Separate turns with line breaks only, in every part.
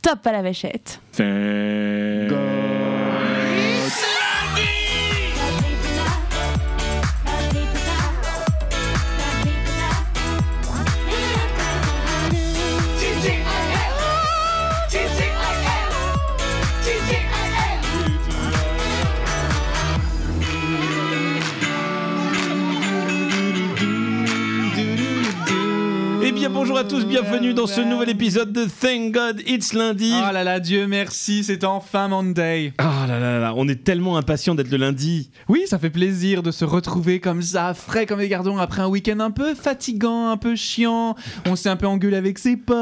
top à la vachette.
C'est... Eh bien bonjour à tous, bienvenue dans ce nouvel épisode de Thank God It's lundi.
Oh là là, Dieu merci, c'est enfin Monday.
Ah là là là, on est tellement impatients d'être le lundi.
Oui, ça fait plaisir de se retrouver comme ça, frais comme des gardons, après un week-end un peu fatigant, un peu chiant. On s'est un peu engueulé avec ses potes.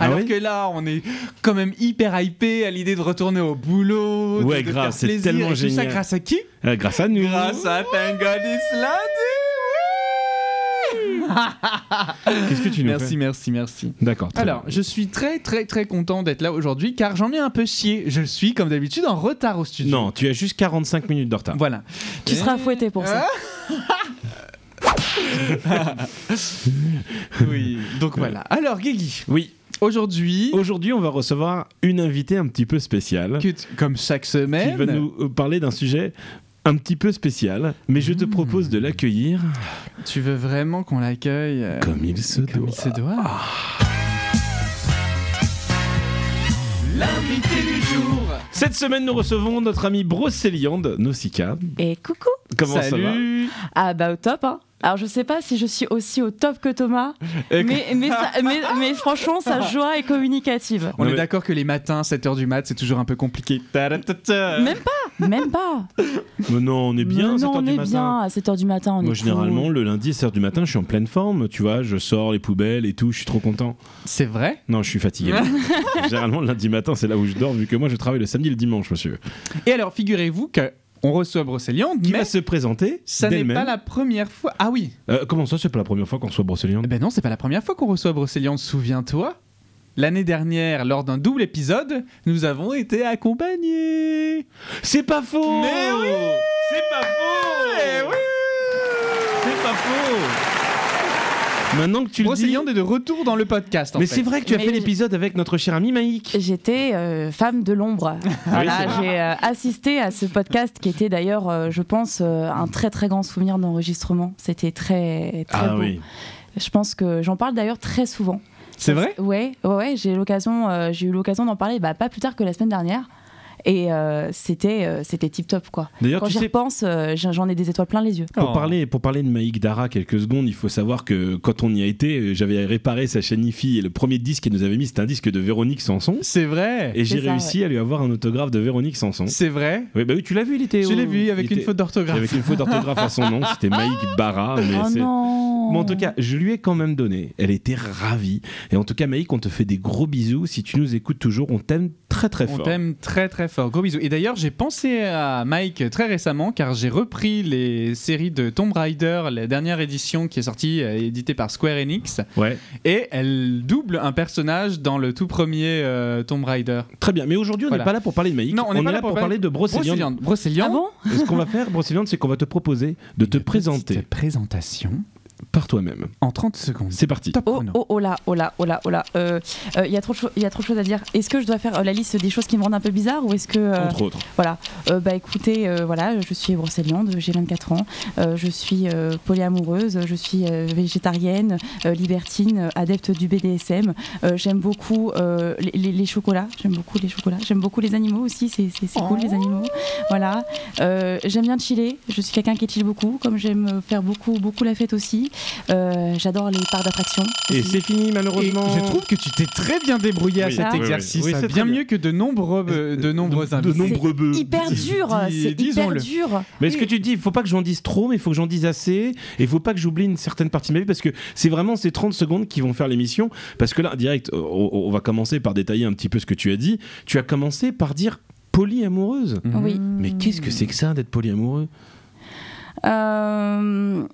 alors
Ah oui
que là, on est quand même hyper hypé à l'idée de retourner au boulot. de-
Ouais,
de
grave,
faire
c'est
plaisir.
tellement
Et tout ça
génial.
grâce à qui
Euh, grâce à nous.
Grâce à Thank God It's lundi. oui
Qu'est-ce que tu nous
merci, merci, merci.
fais D'accord. très
Alors, je suis très très très content d'être là aujourd'hui car j'en ai un peu chié. Je suis comme d'habitude en retard au
bien.
studio.
Non, tu as juste 45 minutes de retard.
Voilà.
Tu seras fouetté pour ça.
hein Eh
Oui. Donc voilà. Euh. Alors Guigui,
Oui,
aujourd'hui,
aujourd'hui on va recevoir une invitée un petit peu spéciale
que tu- comme chaque
qui
semaine,
va nous euh, parler d'un sujet un petit peu spécial, mais je te propose de l'accueillir
tu veux vraiment qu'on l'accueille euh,
comme il se
comme
doit.
il se doit.
Ah,
L'invité du jour.
Cette semaine nous recevons notre ami Brocéliande Nausicaa.
Et coucou
Comment ça va
Salut.
Ah bah au top hein. Alors je sais pas si je suis aussi au top que Thomas,
Et
mais, mais, ça- mais- mais franchement sa joie est communicative.
On
Non,
est
mais-
d'accord que les matins, 7h du mat, c'est toujours un peu compliqué. Ta-da-ta-ta.
Même pas, même pas.
Mais Oh Non, on est bien,
Mais
7
non,
heures
on
du
est
matin.
bien à 7h du matin. On
Moi,
est
généralement,
cool.
le lundi, 7h du matin, je suis en pleine forme, tu vois, je sors les poubelles et tout, je suis trop content.
C'est vrai.
Non, je suis fatigué. généralement, le lundi matin, c'est là où je dors, vu que moi, je travaille le samedi et le dimanche, monsieur.
Et alors, figurez-vous que on reçoit Brocéliande,
Qui
mais
va se présenter
Ça n'est
d'elle-même.
pas la première fois. Ah oui.
Euh, comment ça, c'est pas la première fois qu'on soit brosséliande
Ben non, c'est pas la première fois qu'on reçoit Brocéliande. Souviens-toi. L'année dernière, lors d'un double épisode, nous avons été accompagnés.
C'est pas faux
Mais oui
C'est pas faux
Eh oui
C'est pas faux Maintenant que tu le dis...
Brocéliande est de retour dans le podcast. En
Mais
fait.
c'est vrai que tu as
Mais
fait
j'ai-
l'épisode avec notre cher ami Maïk.
J'étais euh, femme de l'ombre.
Ah c'est
Voilà,
vrai.
j'ai euh, assisté à ce podcast qui était d'ailleurs, euh, je pense, euh, un très très grand souvenir d'enregistrement. C'était très très
Ah
beau.
oui.
Je pense que j'en parle d'ailleurs très souvent.
C'est vrai
Ouais, ouais, ouais, j'ai l'occasion, euh, j'ai eu l'occasion d'en parler, bah, pas plus tard que la semaine dernière. Et euh, c'était, euh, c'était tip top quoi.
D'ailleurs,
Quand
tu
j'y
sais,
repense, euh, j'en j'en ai des étoiles plein les yeux.
Pour,
Oh.
parler, pour parler de Maïk Dara quelques secondes, il faut savoir que quand on y a été, euh, j'avais réparé sa chaîne IFI et le premier disque qu'elle nous avait mis, c'était un disque de Véronique Sanson.
C'est vrai.
Et j'ai
ça,
réussi à lui avoir un autographe de Véronique Sanson.
C'est vrai.
Oui, bah oui, tu l'as vu, il était.
Je
au-
l'ai vu oh. avec
il
une
était-
faute d'orthographe.
Avec une faute d'orthographe à son nom, c'était Maïk Barra. Mais
oh
c'est-
non
Mais en tout cas, je lui ai quand même donné. Elle était ravie. Et en tout cas, Maïk, on te fait des gros bisous. Si tu nous écoutes toujours, on t'aime très très
On
fort.
t'aime très très fort. Gros bisous. Et d'ailleurs, j'ai pensé à Mike très récemment car j'ai repris les séries de Tomb Raider, la dernière édition qui est sortie, euh, éditée par Square Enix.
Ouais.
Et elle double un personnage dans le tout premier euh, Tomb Raider.
Très bien. Mais aujourd'hui, on n'est
Voilà.
pas là pour parler de Maïk.
Non, on n'est
est
pas
là pour parler de Brocéliande.
Brocéliande. Brocéliande.
Ah bon
Et Ce qu'on va faire, Brocéliande, c'est qu'on va te proposer de te
Une
présenter
petite présentation
par toi-même.
en 30 secondes.
C'est parti.
top
Oh,
chrono.
oh, oh là, oh là, oh là, oh là. Il y, a trop de cho- y a trop de choses à dire. Est-ce que je dois faire euh, la liste des choses qui me rendent un peu bizarre ou est-ce que. euh,
Entre autres.
Voilà. Euh, bah écoutez, euh, voilà, je suis brosséliande, j'ai 24 ans, euh, je suis euh, polyamoureuse, je suis euh, végétarienne, euh, libertine, euh, adepte du BDSM. euh, j'aime beaucoup euh, les, les- les chocolats, j'aime beaucoup les chocolats, j'aime beaucoup les animaux aussi, c'est c'est- c'est cool
Oh.
les animaux. Voilà. Euh, j'aime bien chiller, je suis quelqu'un qui chille beaucoup, comme j'aime faire beaucoup, beaucoup la fête aussi. Euh, J'adore les parts d'attraction.
Et
aussi.
c'est fini,
Et
malheureusement.
je trouve que tu t'es très bien débrouillé à
Oui,
cet
oui,
exercice,
oui. Oui,
hein.
c'est
bien
très bien.
mieux que de nombreux, euh, de nombreux
de
invités.
nombreux bœufs.
Hyper dur,
Euh, dis-
c'est hyper
disons-le.
dur.
Mais ce que tu dis, il faut pas que j'en dise trop, mais il faut que j'en dise assez. Et il faut pas que j'oublie une certaine partie de ma vie parce que c'est vraiment ces 30 secondes qui vont faire l'émission. Parce que là, direct, on, on- on va commencer par détailler un petit peu ce que tu as dit. Tu as commencé par dire polyamoureuse.
Mhm.
Oui.
Mais qu'est-ce que c'est que ça d'être polyamoureux
Euh,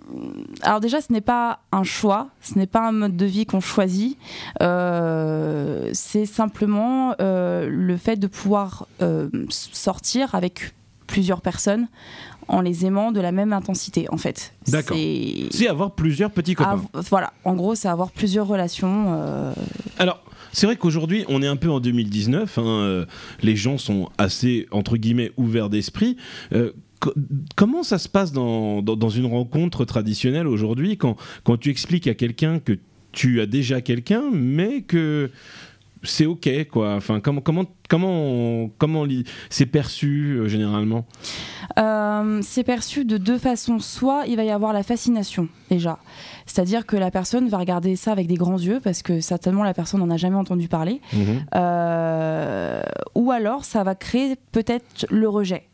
alors déjà, ce n'est pas un choix, ce n'est pas un mode de vie qu'on choisit. Euh, c'est simplement euh, le fait de pouvoir euh, s- sortir avec plusieurs personnes en les aimant de la même intensité, en fait.
D'accord.
C'est
C'est avoir plusieurs petits copains.
av- voilà, en gros, c'est avoir plusieurs relations. euh,
Alors, C'est vrai qu'aujourd'hui, on est un peu en 2019. hein, euh, les gens sont assez, entre guillemets, ouverts d'esprit. Euh, co- Comment ça se passe dans, dans- dans une rencontre traditionnelle aujourd'hui quand, quand tu expliques à quelqu'un que tu as déjà quelqu'un, mais que c'est ok quoi. Enfin, comment comment comment comment li- c'est perçu euh, généralement
Euh, c'est perçu de deux façons. Soit il va y avoir la fascination, déjà. C'est-à-dire que la personne va regarder ça avec des grands yeux, parce que certainement la personne n'en a jamais entendu parler. Euh, ou alors ça va créer peut-être le rejet.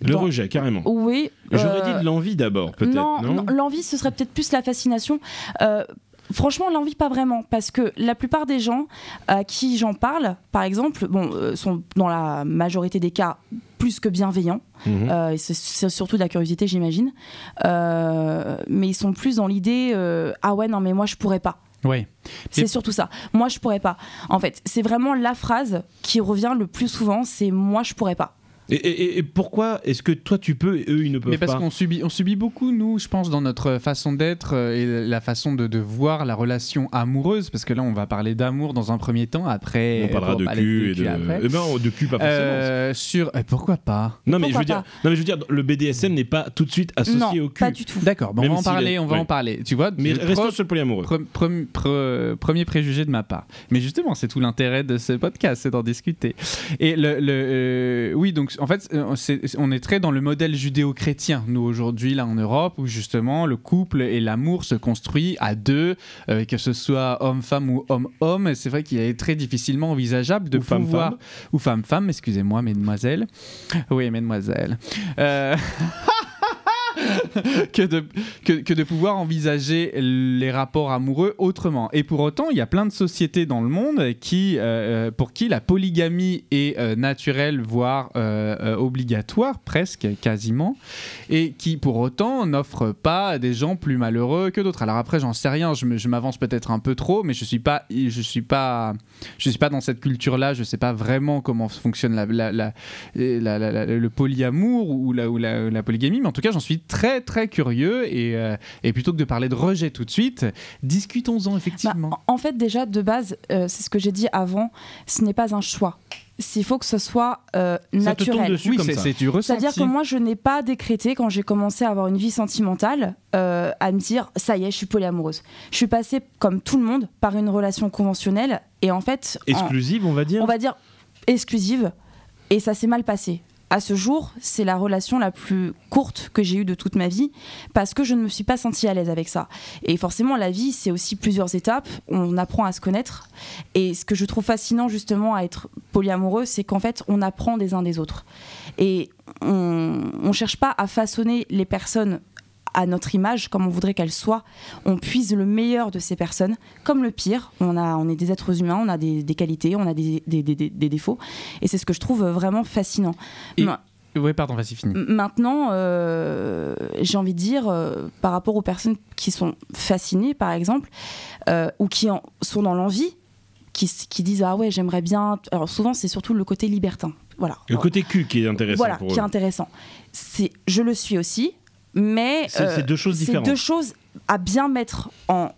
Le
Dans-
rejet carrément.
Oui.
J'aurais
euh,
dit de l'envie d'abord peut-être.
non,
Non.
non, l'envie, ce serait peut-être plus la fascination. Euh, Franchement, l'envie, pas vraiment, parce que la plupart des gens à qui j'en parle, par exemple, bon, euh, sont dans la majorité des cas plus que bienveillants.
Mhm.
Euh, et c'est- c'est surtout de la curiosité, j'imagine. Euh, mais ils sont plus dans l'idée euh, ah ouais, non, mais moi je pourrais pas.
Ouais.
C'est surtout ça. Moi je pourrais pas. En fait, c'est vraiment la phrase qui revient le plus souvent c'est moi je pourrais pas.
Et, et- et pourquoi est-ce que toi tu peux et eux ils ne peuvent
Mais parce
pas
qu'on subit, on subit beaucoup, nous, je pense, dans notre façon d'être euh, et la façon de, de voir la relation amoureuse, parce que là, on va parler d'amour dans un premier temps, après...
On parlera
va
de
bah,
parler
cul et de.
après.
Eh ben, de cul pas forcément.
Euh, sur... euh, pourquoi pas
non mais je
pourquoi
veux dire, non mais je veux dire, le BDSM n'est pas tout de suite
non,
associé au cul.
pas du tout.
D'accord, bon, on
Même
va en
s'il
parler,
est-
on va
ouais.
en parler. Tu vois,
Mais
le
restons
pro-
sur le Ah. polyamoureux.
pre- pre- pre- premier préjugé de ma part. Mais justement, c'est tout l'intérêt de ce podcast, c'est d'en discuter. Et le, le- euh, oui, donc en fait, euh, c'est- on est très dans le modèle judéo-chrétien, nous aujourd'hui, là en Europe, où justement le couple et l'amour se construit à deux, euh, que ce soit homme-femme ou homme-homme. Et C'est vrai qu'il est très difficilement envisageable de
Ou femme-femme.
pouvoir. Ou femme-femme, excusez-moi, mesdemoiselles. Oui, mesdemoiselles. Euh, que de, que, que de pouvoir envisager les rapports amoureux autrement. Et pour autant, il y a plein de sociétés dans le monde qui, euh, pour qui la polygamie est euh, naturelle, voire euh, euh, obligatoire, presque, quasiment, et qui pour autant n'offrent pas des gens plus malheureux que d'autres. Alors après, j'en sais rien, je me- je m'avance peut-être un peu trop, mais je suis pas, je suis pas, je suis pas dans cette culture-là, je sais pas vraiment comment fonctionne la- la- la, et la- la- la- le polyamour ou la, ou la, la polygamie, mais en tout cas, j'en suis très très curieux et, euh, et plutôt que de parler de rejet tout de suite, discutons-en
Bah,
effectivement.
en- en fait, déjà, de base, euh, c'est ce que j'ai dit avant, ce n'est pas un choix. Il faut que ce soit euh,
Ça te tombe
naturel.
dessus
oui,
comme
c'est
ça.
c'est du ressenti.
C'est-à-dire que moi, je n'ai pas décrété, quand j'ai commencé à avoir une vie sentimentale, euh, à me dire ça y est, je suis polyamoureuse. Je suis passée, comme tout le monde, par une relation conventionnelle et en fait, en-
Exclusive, on va dire.
on va dire exclusive, et ça s'est mal passé. À ce jour, c'est la relation la plus courte que j'ai eue de toute ma vie parce que je ne me suis pas sentie à l'aise avec ça. Et forcément, la vie, c'est aussi plusieurs étapes. On apprend à se connaître. Et ce que je trouve fascinant justement à être polyamoureux, c'est qu'en fait, on apprend des uns des autres. Et on ne cherche pas à façonner les personnes à notre image, comme on voudrait qu'elles soient. On puise le meilleur de ces personnes, comme le pire. On, a, on est des êtres humains, on a des, des qualités, on a des, des- des- des- des défauts. Et c'est ce que je trouve vraiment fascinant.
Et-
Ma-
Oui, pardon, vas-y, fini.
M- Maintenant, euh, j'ai envie de dire, euh, par rapport aux personnes qui sont fascinées, par exemple, euh, ou qui en, sont dans l'envie, qui, s- qui disent Ah ouais, j'aimerais bien. Alors souvent, c'est surtout le côté libertin. Voilà.
Le côté cul qui est intéressant
voilà,
pour
qui est
eux.
intéressant. C'est, je le suis aussi, mais euh,
C'est- c'est deux choses
c'est
différentes.
deux choses à bien mettre en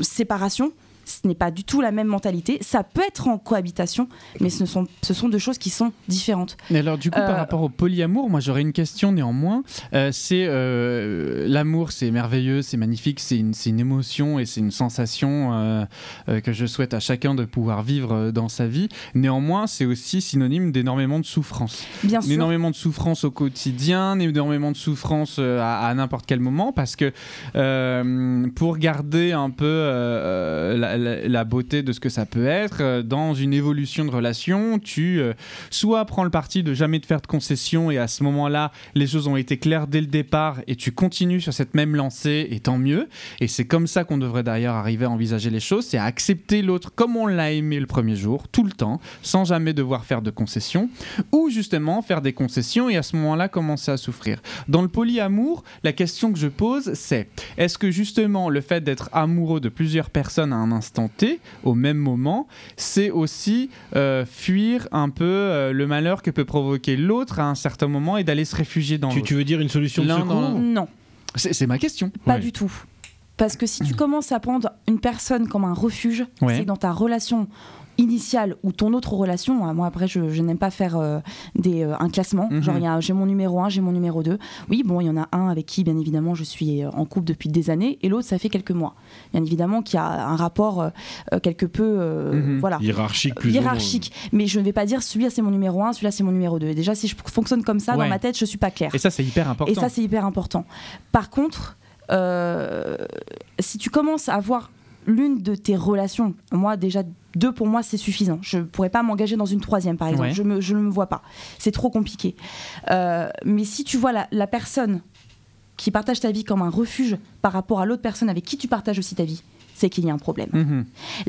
séparation. Ce n'est pas du tout la même mentalité. Ça peut être en cohabitation, mais ce sont, ce sont deux choses qui sont différentes.
Et alors, du coup,
Euh,
par rapport au polyamour, moi j'aurais une question néanmoins. Euh, c'est euh, l'amour, c'est merveilleux, c'est magnifique, c'est une, c'est une émotion et c'est une sensation euh, euh, que je souhaite à chacun de pouvoir vivre euh, dans sa vie. Néanmoins, c'est aussi synonyme d'énormément de souffrance.
Bien sûr.
énormément de souffrance au quotidien, énormément de souffrance euh, à, à n'importe quel moment, parce que euh, pour garder un peu euh, la, la- la beauté de ce que ça peut être, euh, dans une évolution de relation, tu euh, soit prends le parti de jamais te faire de concessions et à ce moment-là, les choses ont été claires dès le départ et tu continues sur cette même lancée et tant mieux. Et c'est comme ça qu'on devrait d'ailleurs arriver à envisager les choses, c'est à accepter l'autre comme on l'a aimé le premier jour, tout le temps, sans jamais devoir faire de concessions ou justement faire des concessions et à ce moment-là commencer à souffrir. Dans le polyamour, la question que je pose, c'est est-ce que justement le fait d'être amoureux de plusieurs personnes à un instant T, au même moment, c'est aussi euh, fuir un peu euh, le malheur que peut provoquer l'autre à un certain moment et d'aller se réfugier dans
Tu,
l'autre
tu veux dire une solution de
L'un dans
secours
l'autre.
Non,
C'est c'est ma question.
pas
Ouais.
du tout. Parce que si tu commences à prendre une personne comme un refuge,
Ouais.
c'est dans ta relation initial ou ton autre relation, hein, moi après je, je n'aime pas faire euh, des, euh, un classement,
Mhm.
genre il y a- j'ai mon numéro 1, j'ai mon numéro 2, oui bon il y en a un avec qui bien évidemment je suis euh, en couple depuis des années et l'autre ça fait quelques mois, bien évidemment qu'il y a un rapport euh, euh, quelque peu, euh,
Mhm.
voilà,
Hiérarchique plus ou moins.
hiérarchique, mais je ne vais pas dire celui-là c'est mon numéro 1, celui-là c'est mon numéro 2, et déjà si je fonctionne comme ça
Ouais.
dans ma tête je suis pas claire.
Et ça, c'est hyper important.
Et ça, c'est hyper important. Par contre, euh, si tu commences à voir l'une de tes relations, moi déjà deux pour moi c'est suffisant. Je pourrais pas m'engager dans une troisième par exemple.
Ouais.
Je, me, je ne me vois pas. C'est trop compliqué. Euh, mais si tu vois la, la personne qui partage ta vie comme un refuge par rapport à l'autre personne avec qui tu partages aussi ta vie, c'est qu'il y a un problème.
Mhm.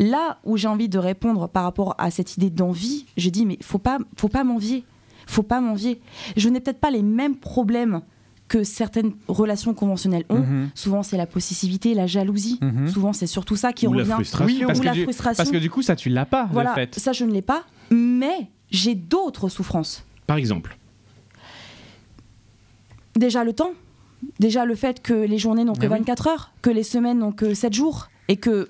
Là où j'ai envie de répondre par rapport à cette idée d'envie, j'ai dit mais faut pas, faut pas m'envier, faut pas m'envier. Je n'ai peut-être pas les mêmes problèmes que certaines relations conventionnelles ont.
Mhm.
Souvent c'est la possessivité, la jalousie.
Mhm.
Souvent c'est surtout ça qui
Ou la
revient.
frustration.
Oui, parce
ou
que
la
du-
frustration.
Parce que du coup, ça, tu l'as pas,
voilà,
le fait.
ça je ne l'ai pas, mais j'ai d'autres souffrances.
Par exemple.
Déjà le temps, déjà le fait que les journées n'ont que
Ah oui.
24 heures, que les semaines n'ont que 7 jours, et que euh,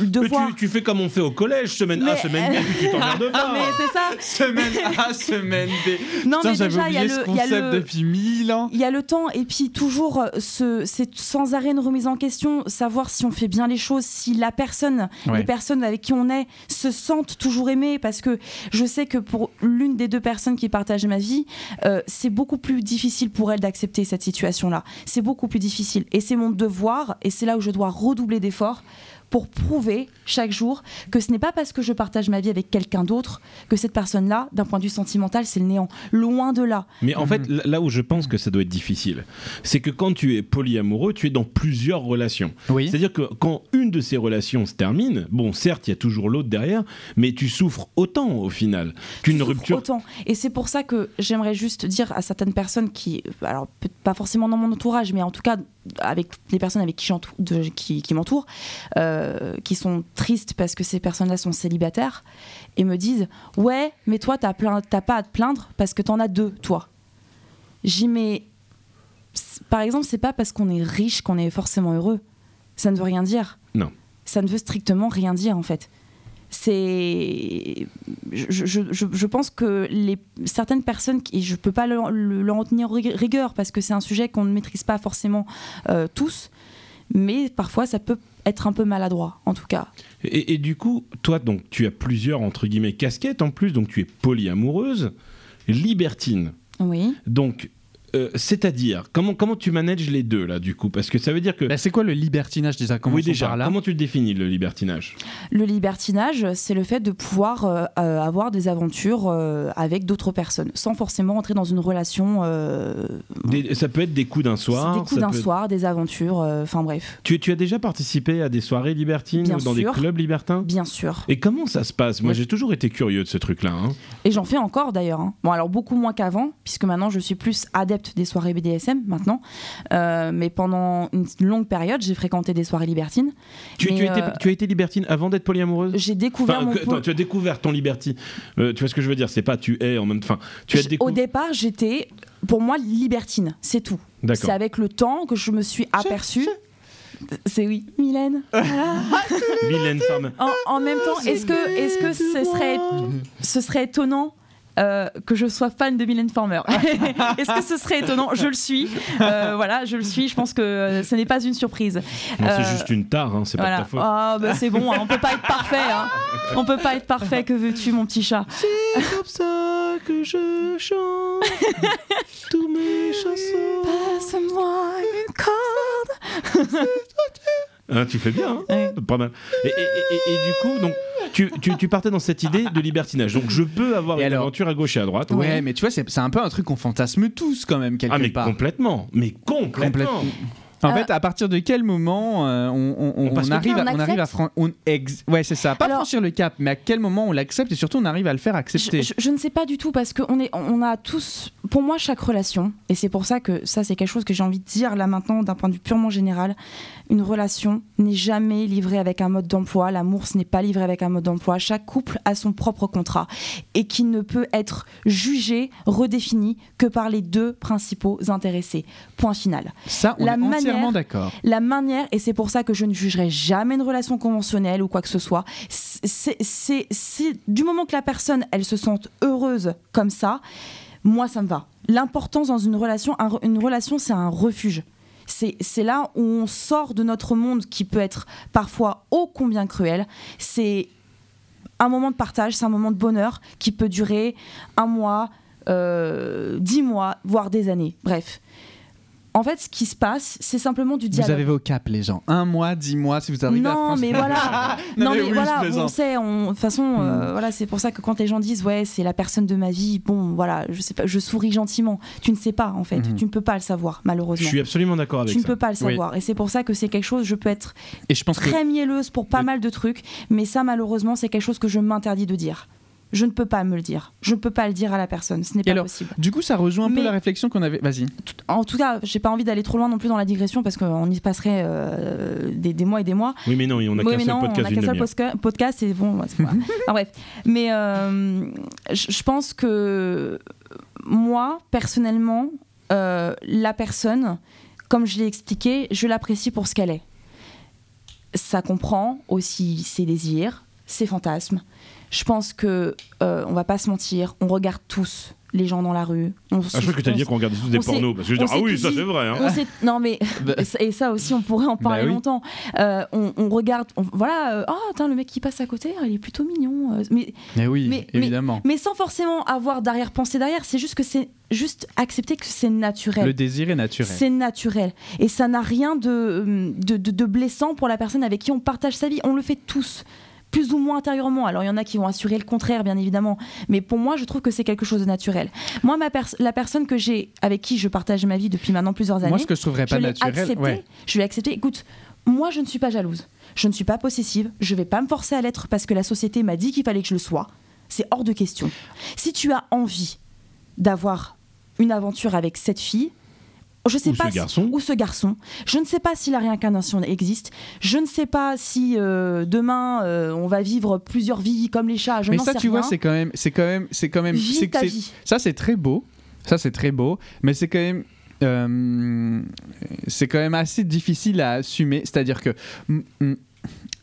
le
Mais
devoir.
tu, tu fais comme on fait au collège, semaine A,
Mais-
semaine B, puis tu t'emmerdes
Non, mais
pas.
c'est ça.
Semaine A, semaine B.
Non
Putain,
mais
j'avais
déjà il y a
oublié ce
le, il y a
concept
le-
depuis mille ans.
Il y a le temps et puis toujours euh, ce, c'est sans arrêt une remise en question, savoir si on fait bien les choses, si la personne,
Ouais.
les personnes avec qui on est se sentent toujours aimées parce que je sais que pour l'une des deux personnes qui partagent ma vie, euh, c'est beaucoup plus difficile pour elle d'accepter cette situation-là. C'est beaucoup plus difficile et c'est mon devoir et c'est là où je dois redoubler d'efforts pour prouver chaque jour que ce n'est pas parce que je partage ma vie avec quelqu'un d'autre que cette personne-là, d'un point de vue sentimental, c'est le néant. Loin de là.
Mais en fait, là- là où je pense que ça doit être difficile, c'est que quand tu es polyamoureux, tu es dans plusieurs relations.
Oui.
C'est-à-dire que quand une de ces relations se termine, bon, certes, il y a toujours l'autre derrière, mais tu souffres autant au final qu'une
Je souffre
rupture.
Autant. Et c'est pour ça que j'aimerais juste dire à certaines personnes qui, alors peut- pas forcément dans mon entourage, mais en tout cas avec les personnes avec qui, j'entou- de- qui, qui m'entourent, euh, qui sont tristes parce que ces personnes-là sont célibataires et me disent Ouais, mais toi, t'as, plein, t'as pas à te plaindre parce que t'en as deux, toi. J'y mets. c'est- Par exemple, c'est pas parce qu'on est riche qu'on est forcément heureux. Ça ne veut rien dire.
Non.
Ça ne veut strictement rien dire, en fait. C'est je, je- je- je pense que les, certaines personnes, qui- et je ne peux pas le- le- leur en tenir rig- rigueur parce que c'est un sujet qu'on ne maîtrise pas forcément euh, tous, mais parfois ça peut être un peu maladroit en tout cas.
Et, et du coup, toi, donc, tu as plusieurs, entre guillemets, casquettes en plus, donc tu es polyamoureuse, libertine.
Oui.
Donc, euh, c'est-à-dire, comment, comment tu manages les deux, là, du coup Parce que ça veut dire que.
Bah, c'est quoi le libertinage déjà Comment
oui, déjà,
là
comment tu le définis, le libertinage
Le libertinage, c'est le fait de pouvoir euh, euh, avoir des aventures euh, avec d'autres personnes sans forcément entrer dans une relation. euh,
Des- Ça peut être des coups d'un soir.
des coups
ça
d'un
peut être-
soir, des aventures, euh, enfin bref,
Tu, tu as déjà participé à des soirées libertines
Bien
ou dans
sûr.
des clubs libertins
bien sûr.
Et comment ça se passe Moi,
Ouais.
j'ai toujours été curieux de ce truc-là. hein.
Et j'en fais encore d'ailleurs. hein. Bon, alors beaucoup moins qu'avant, puisque maintenant je suis plus adepte des soirées BDSM maintenant. Euh, mais pendant une longue période, j'ai fréquenté des soirées libertines.
Tu,
Mais,
tu as été,
euh,
tu as été libertine avant d'être polyamoureuse
J'ai découvert
Enfin,
mon.
que-
po-
attends, tu as découvert ton liberty. Euh, tu vois ce que je veux dire C'est pas tu es en même temps. Tu as
J- Au
découvert.
départ, j'étais, pour moi, libertine, c'est tout. C'est
D'accord.
avec le temps que je me suis aperçue. C'est oui, Mylène.
Mylène Farmer.
En, en même temps, est-ce que, est -ce, que ce, serait, Mhm. ce serait étonnant euh, que je sois fan de Mylène Farmer Est-ce que ce serait étonnant Je le suis. Euh, voilà, je le suis. Je pense que euh, ce n'est pas une surprise.
Non,
Euh,
c'est juste une tare, hein, c'est pas
Voilà.
de ta faute.
Ah, bah, c'est bon, hein, on peut pas être parfait. hein. On peut pas être parfait. Que veux-tu, mon petit chat
C'est comme ça que je chante
Oh.
tous mes chansons.
Passe-moi une corde.
Ah, tu fais bien, hein pas mal. Et, et- et- et- et du coup, donc, tu, tu- tu partais dans cette idée de libertinage. Donc, je peux avoir
Et
une
alors
aventure à gauche et à droite.
Ouais, mais tu vois, c'est c'est un peu un truc qu'on fantasme tous quand même, quelque
Ah, mais
part.
complètement. Mais complètement.
Complètement. En
Euh,
fait, à partir de quel moment euh, on, on- on-
On passe
on
le
arrive,
cap,
à-
on
on arrive à
accepte
fran- on ex- ouais, c'est ça, pas
Alors-
franchir le cap, mais à quel moment on l'accepte et surtout on arrive à le faire
Je,
accepter.
je- je ne sais pas du tout parce qu'on est, on a tous, pour moi, chaque relation, et c'est pour ça que ça, c'est quelque chose que j'ai envie de dire là maintenant d'un point de vue purement général. Une relation n'est jamais livrée avec un mode d'emploi. L'amour, ce n'est pas livré avec un mode d'emploi. Chaque couple a son propre contrat et qui ne peut être jugé, redéfini que par les deux principaux intéressés. Point final.
Ça, on
la
est entièrement d'accord.
la manière, et c'est pour ça que je ne jugerai jamais une relation conventionnelle ou quoi que ce soit, c'est c'est- c'est- du moment que la personne, elle se sente heureuse comme ça, moi, ça me va. L'importance dans une relation, un re- une relation, c'est un refuge. C'est c'est là où on sort de notre monde qui peut être parfois ô combien cruel. C'est un moment de partage, c'est un moment de bonheur qui peut durer un mois, euh, dix mois, voire des années. Bref. En fait, ce qui se passe, c'est simplement du dialogue.
Vous avez vos caps, les gens. Un mois, dix mois, si vous arrivez à
Non,
France-
mais voilà.
Non,
non,
mais
mais,
oui, je
voilà,
plaisante. Hmm.
on sait. on- De toute façon, euh, voilà, c'est pour ça que quand les gens disent ouais, c'est la personne de ma vie, bon, voilà, je sais pas, je souris gentiment. Tu ne sais pas en fait,
Mhm.
tu ne peux pas le savoir
Je
malheureusement.
suis absolument d'accord avec
Tu ne
ça.
peux pas le
Oui.
savoir. Et c'est pour ça que c'est quelque chose, je peux être
Et je pense que
très mielleuse pour pas
Le-
mal de trucs, mais ça malheureusement, c'est quelque chose que je m'interdis de dire. Je ne peux pas me le dire. Je ne peux pas le dire à la personne. Ce n'est pas
alors,
possible.
du coup, ça rejoint un peu
Mais-
la réflexion qu'on avait. Vas-y.
Tout- En tout cas, j'ai pas envie d'aller trop loin non plus dans la digression parce qu'on y passerait euh, des- des mois et des mois.
Oui, mais non, on a
Oui,
qu'un
mais
seul
non,
podcast
on a qu'un
d'une
seul
demi-heure. Ah,
posca- podcast et bon, ouais, c'est pas grave. Enfin, bref. Mais euh, je je pense que moi, personnellement, euh, la personne, comme je l'ai expliqué, je l'apprécie pour ce qu'elle est. Ça comprend aussi ses désirs, ses fantasmes. Je pense que euh, on va pas se mentir, on regarde tous les gens dans la rue. On
Ah, je crois que t'as dit qu'on regardait tous des
on s'est-
pornos. Parce que je
on
dis, ah
s'est
oui,
tous
ça
dit-
c'est vrai. hein.
on s'est- non mais
Bah-
et ça- et ça aussi on pourrait en parler
oui.
longtemps. Euh, on, on regarde, on- voilà, euh, ah tiens, le mec qui passe à côté, il est plutôt mignon. euh, mais,
Mais oui,
Mais- mais-
évidemment.
mais sans forcément avoir d'arrière-pensée derrière, c'est juste que c'est juste accepter que c'est
Le
naturel.
désir est naturel.
C'est naturel. Et ça n'a rien de, de, de- de blessant pour la personne avec qui on partage sa vie. On le fait tous, plus ou moins intérieurement. Alors il y en a qui vont assurer le contraire, bien évidemment. Mais pour moi, je trouve que c'est quelque chose de naturel. Moi, ma pers- la personne que j'ai, avec qui je partage ma vie depuis maintenant plusieurs années,
Moi, ce que je trouverais
je
pas
l'ai
naturel.
accepté.
ouais.
Je lui ai accepté. Écoute, moi, je ne suis pas jalouse. Je ne suis pas possessive. Je vais pas me forcer à l'être parce que la société m'a dit qu'il fallait que je le sois. C'est hors de question. Si tu as envie d'avoir une aventure avec cette fille, je sais
Ou
pas
ce
si-
garçon.
ou ce garçon, je ne sais pas si la réincarnation existe. Je ne sais pas si euh, demain euh, on va vivre plusieurs vies comme les chats. Je
mais
n'en
ça,
sais
tu
rien.
vois, c'est quand même, c'est quand même, c'est quand même,
Vis
c'est-
ta
c'est-
vie.
ça c'est très beau, ça c'est très beau, mais c'est quand même. euh, c'est quand même assez difficile à assumer, c'est-à-dire que mm, mm,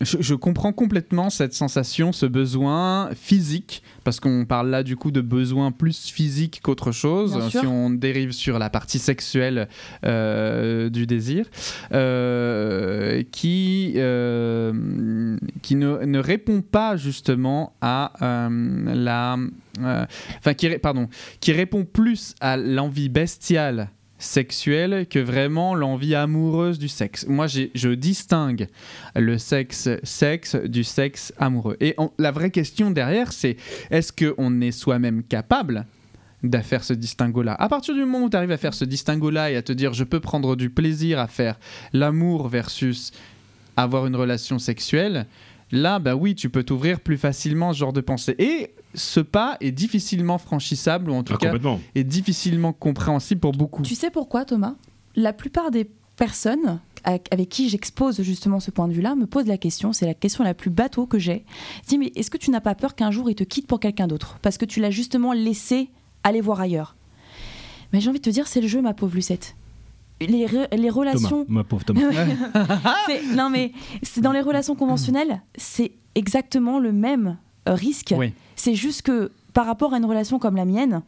je, je comprends complètement cette sensation, ce besoin physique, parce qu'on parle là du coup de besoin plus physique qu'autre chose,
Bien
si
sûr.
on dérive sur la partie sexuelle euh, du désir, euh, qui, euh, qui ne, ne répond pas justement à euh, la... euh, Enfin, qui, ré- pardon, qui répond plus à l'envie bestiale sexuelle que vraiment l'envie amoureuse du sexe. Moi, j'ai- je distingue le sexe sexe du sexe amoureux. Et en- la vraie question derrière, c'est est-ce qu'on est soi-même capable d'à faire ce distinguo-là. À partir du moment où tu arrives à faire ce distinguo-là et à te dire je peux prendre du plaisir à faire l'amour versus avoir une relation sexuelle, là, bah oui, tu peux t'ouvrir plus facilement à ce genre de pensée. Et ce pas est difficilement franchissable, ou en tout
Ah,
cas
complètement.
est difficilement compréhensible pour beaucoup.
Tu sais pourquoi, Thomas La plupart des personnes avec avec qui j'expose justement ce point de vue-là me posent la question, c'est la question la plus bateau que j'ai. Je dis, mais est-ce que tu n'as pas peur qu'un jour il te quitte pour quelqu'un d'autre Parce que tu l'as justement laissé aller voir ailleurs. Mais j'ai envie de te dire, c'est le jeu, ma pauvre Lucette. Les, re- les
Thomas,
relations.
ma pauvre Thomas.
C'est- non, mais c'est dans les relations conventionnelles, c'est exactement le même euh, risque.
Oui.
C'est juste que par rapport à une relation comme la mienne,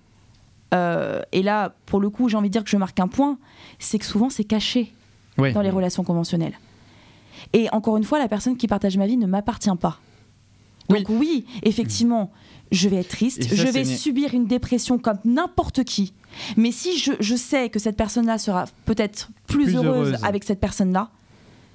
euh, et là, pour le coup, j'ai envie de dire que je marque un point, c'est que souvent c'est caché
Oui.
dans les relations conventionnelles. Et encore une fois, la personne qui partage ma vie ne m'appartient pas. Donc oui, effectivement, je vais être triste,
Et ça,
je
c'est
vais
né-
subir une dépression comme n'importe qui. Mais si je, je sais que cette personne-là sera peut-être plus,
Plus
heureuse,
heureuse.
avec cette personne-là,